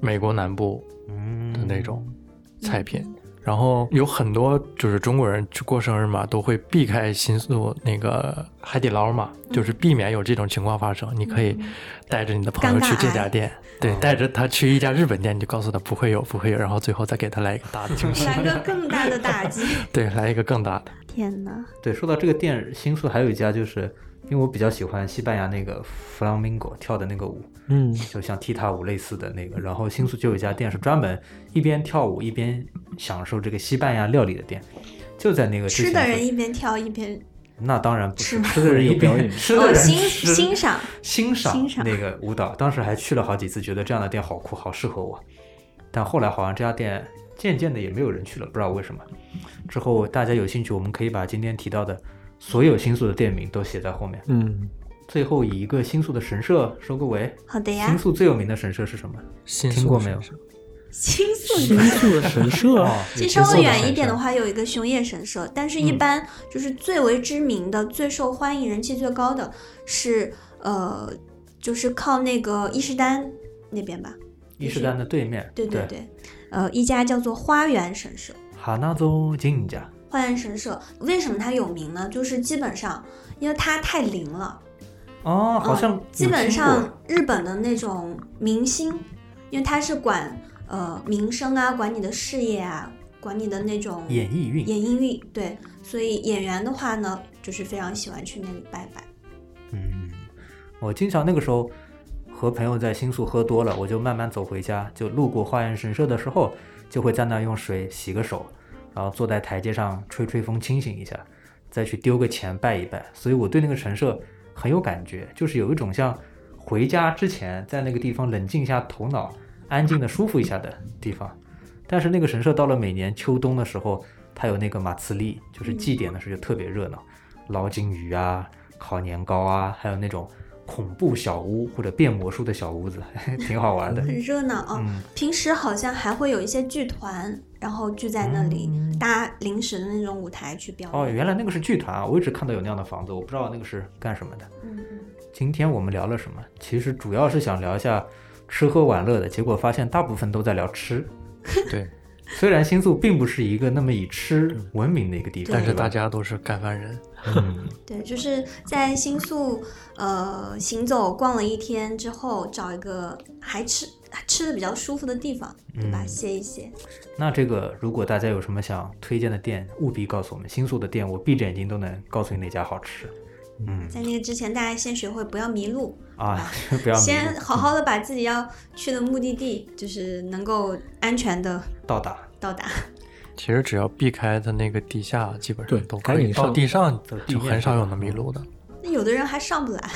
Speaker 4: 美国南部
Speaker 3: 嗯
Speaker 4: 的那种菜品。然后有很多就是中国人去过生日嘛，都会避开新宿那个海底捞嘛，就是避免有这种情况发生。你可以带着你的朋友
Speaker 2: 尴尬
Speaker 4: 去这
Speaker 2: 癌
Speaker 4: 家店，对，带着他去一家日本店，你就告诉他不会有，不会有，然后最后再给他来一个大的 惊喜，
Speaker 2: 来个更大的打击。
Speaker 4: 对，来一个更大的。
Speaker 2: 天哪，
Speaker 3: 对，说到这个店，新宿还有一家，就是因为我比较喜欢西班牙那个 flamingo 跳的那个舞，
Speaker 1: 嗯，
Speaker 3: 就像踢踏舞类似的那个。然后新宿就有一家店是专门一边跳舞一边享受这个西班牙料理的店，就在那个之
Speaker 2: 吃的
Speaker 3: 前
Speaker 2: 人
Speaker 3: 说
Speaker 2: 一边跳一边
Speaker 3: 那当然不
Speaker 2: 吃
Speaker 3: 是
Speaker 2: 吗
Speaker 3: 吃的人一
Speaker 1: 有表
Speaker 3: 边
Speaker 1: 演
Speaker 3: 吃的
Speaker 2: 哦
Speaker 3: 人
Speaker 2: 欣
Speaker 3: 吃
Speaker 2: 欣赏，
Speaker 3: 欣赏
Speaker 2: 欣赏
Speaker 3: 那个舞蹈，当时还去了好几次，觉得这样的店好酷，好适合我。但后来好像这家店渐渐的也没有人去了，不知道为什么。之后大家有兴趣，我们可以把今天提到的所有新宿的店名都写在后面。
Speaker 1: 嗯，
Speaker 3: 最后以一个新宿的神社收个尾。
Speaker 2: 好的呀
Speaker 3: 新，宿最有名的神社是什么？
Speaker 4: 新
Speaker 3: 听
Speaker 4: 宿
Speaker 3: 过
Speaker 4: 的
Speaker 3: 没有
Speaker 4: 神社？
Speaker 2: 新宿
Speaker 1: 新
Speaker 2: 人。
Speaker 1: 宿的神社，
Speaker 3: 哦，
Speaker 2: 其
Speaker 3: 有
Speaker 2: 实稍
Speaker 3: 新宿
Speaker 2: 微远一点的
Speaker 3: 神社，
Speaker 2: 话，有一个熊野神社，但是一
Speaker 3: 嗯
Speaker 2: 般就是最为知名的、最受欢迎、人气最高的是呃，就是靠那个伊势丹那边吧。
Speaker 3: 伊势丹的对面。
Speaker 2: 对
Speaker 3: 对
Speaker 2: 对，对，呃，一家叫做花园神社。
Speaker 3: 哈纳宗金家。
Speaker 2: 花园神社为什么它有名呢？就是基本上因为它太灵了，
Speaker 3: 哦，好像
Speaker 2: 嗯、基
Speaker 3: 有
Speaker 2: 本
Speaker 3: 听
Speaker 2: 上
Speaker 3: 过
Speaker 2: 日本的那种明星，因为它是管呃民生啊，管你的事业啊，管你的那种
Speaker 3: 演艺运。
Speaker 2: 演艺运对，所以演员的话呢，就是非常喜欢去那里拜拜。
Speaker 3: 嗯，我经常那个时候和朋友在新宿喝多了，我就慢慢走回家，就路过花园神社的时候，就会在那儿用水洗个手，然后坐在台阶上吹吹风清醒一下，再去丢个钱拜一拜。所以我对那个神社很有感觉，就是有一种像回家之前在那个地方冷静一下头脑，安静的舒服一下的地方。但是那个神社到了每年秋冬的时候，它有那个马茨利，就是祭典的时候就特别热闹，捞金鱼啊，烤年糕啊，还有那种恐怖小屋或者变魔术的小屋子， 挺好玩的。
Speaker 2: 很热闹啊、
Speaker 3: 嗯，
Speaker 2: 平时好像还会有一些剧团，然后聚在那里、搭临时的那种舞台去表
Speaker 3: 嗯哦，
Speaker 2: 演。
Speaker 3: 原来那个是剧团啊，我一直看到有那样的房子，我不知道那个是干什么的。
Speaker 2: 嗯，
Speaker 3: 今天我们聊了什么？其实主要是想聊一下吃喝玩乐的，结果发现大部分都在聊吃。
Speaker 4: 对，
Speaker 3: 虽然新宿并不是一个那么以吃闻名的一个地
Speaker 4: 嗯
Speaker 3: 方，
Speaker 4: 但是
Speaker 3: 对吧
Speaker 4: 大家都是干饭人。
Speaker 3: 嗯
Speaker 2: 对，就是在新宿呃行走逛了一天之后，找一个还吃还吃的比较舒服的地方，对吧？
Speaker 3: 嗯
Speaker 2: 歇一歇。
Speaker 3: 那这个，如果大家有什么想推荐的店，务必告诉我们。新宿的店，我闭着眼睛都能告诉你哪家好吃。嗯
Speaker 2: 在那个之前，大家先学会不要迷路，
Speaker 3: 啊， 不要迷路
Speaker 2: 先好好的把自己要去的目的地，就是能够安全的
Speaker 3: 到达，
Speaker 2: 到达。
Speaker 4: 其实只要避开它那个地下，基本上
Speaker 1: 对
Speaker 4: 都
Speaker 1: 赶
Speaker 4: 可以。
Speaker 1: 紧上
Speaker 4: 到地上
Speaker 3: 走地
Speaker 4: 就
Speaker 3: 面
Speaker 4: 很少有能
Speaker 3: 上
Speaker 4: 迷路的。
Speaker 2: 那有的人还上不来，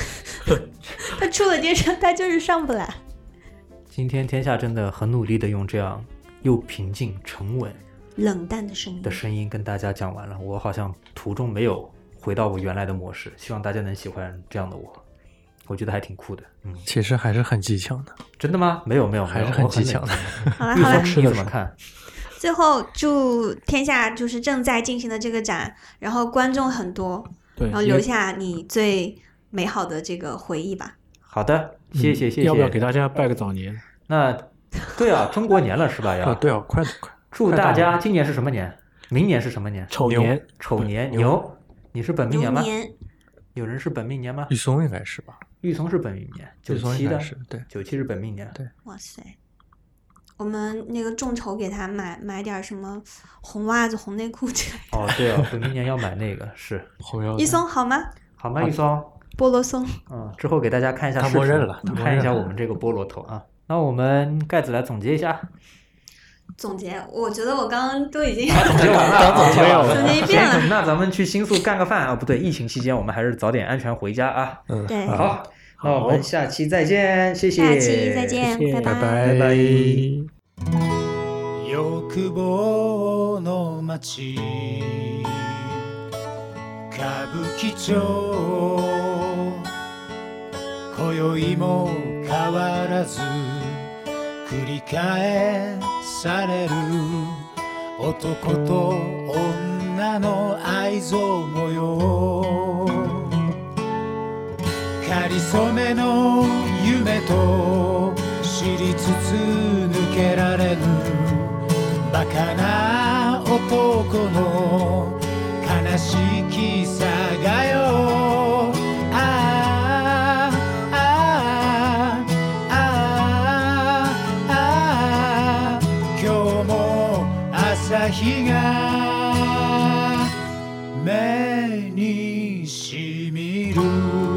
Speaker 2: 他出了电车，他就是上不来。
Speaker 3: 今天天下真的很努力的用这样又平静沉稳
Speaker 2: 冷淡的声音
Speaker 3: 的声音跟大家讲完了。我好像途中没有回到我原来的模式，希望大家能喜欢这样的我。我觉得还挺酷的，嗯，
Speaker 4: 其实还是很技巧的。
Speaker 3: 真的吗？没有没有，
Speaker 4: 还
Speaker 3: 没有
Speaker 4: 是很
Speaker 3: 我
Speaker 4: 技巧的
Speaker 3: 冷静
Speaker 2: 好了
Speaker 3: 玉
Speaker 2: 好了
Speaker 3: 峰， 你怎么看？
Speaker 2: 最后祝天下就是正在进行的这个展，然后观众很多，
Speaker 1: 对
Speaker 2: 然后，留下你最美好的这个回忆吧。
Speaker 3: 好的，谢谢谢谢。
Speaker 1: 嗯要不要给大家拜个早年？
Speaker 3: 那对啊，中国年了是吧？要
Speaker 4: 啊，对哦，快快
Speaker 3: 祝大家今年是什么年？明年是什么年？
Speaker 1: 丑年，
Speaker 3: 丑年
Speaker 1: 牛
Speaker 3: 牛。你是本命
Speaker 2: 牛
Speaker 3: 年吗？
Speaker 2: 年
Speaker 3: 有人是本命年吗
Speaker 4: 玉？松应该是吧？
Speaker 3: 玉松是本命年，九
Speaker 4: 玉松
Speaker 3: 七
Speaker 4: 应该
Speaker 3: 的，
Speaker 4: 是对。
Speaker 3: 九七是本命年。
Speaker 4: 对
Speaker 2: 哇塞，我们那个众筹给他买买点什么红袜子、红内裤之类
Speaker 3: 哦，对哦，本命年要买那个是，
Speaker 4: 红腰
Speaker 2: 的。玉松好吗？
Speaker 3: 好吗？玉松，
Speaker 2: 菠萝松，
Speaker 3: 嗯，之后给大家看一下
Speaker 4: 他
Speaker 3: 视频，
Speaker 4: 默认了他默认
Speaker 3: 看一下
Speaker 4: 了
Speaker 3: 我们这个菠萝头啊。那我们盖子来总结 一下，
Speaker 2: 总结，我觉得我刚刚都已经
Speaker 3: 总结完了啊，总结
Speaker 2: 总结一遍了。
Speaker 3: 那咱们去新宿干个饭啊？不对，疫情期间我们还是早点安全回家啊。
Speaker 4: 嗯，
Speaker 2: 对
Speaker 4: 好，
Speaker 3: 好，那我们下期再见，谢
Speaker 2: 下
Speaker 3: 谢，
Speaker 2: 期再见，
Speaker 1: 谢谢
Speaker 4: 拜
Speaker 3: 拜拜
Speaker 1: 嗯
Speaker 6: 欲望の街歌舞伎町今宵も変わらず繰り返される男と女の愛憎模様かりそめの夢と知りつつ抜けられぬバカな男の悲しきさがよああああああああ今日も朝日が目にしみる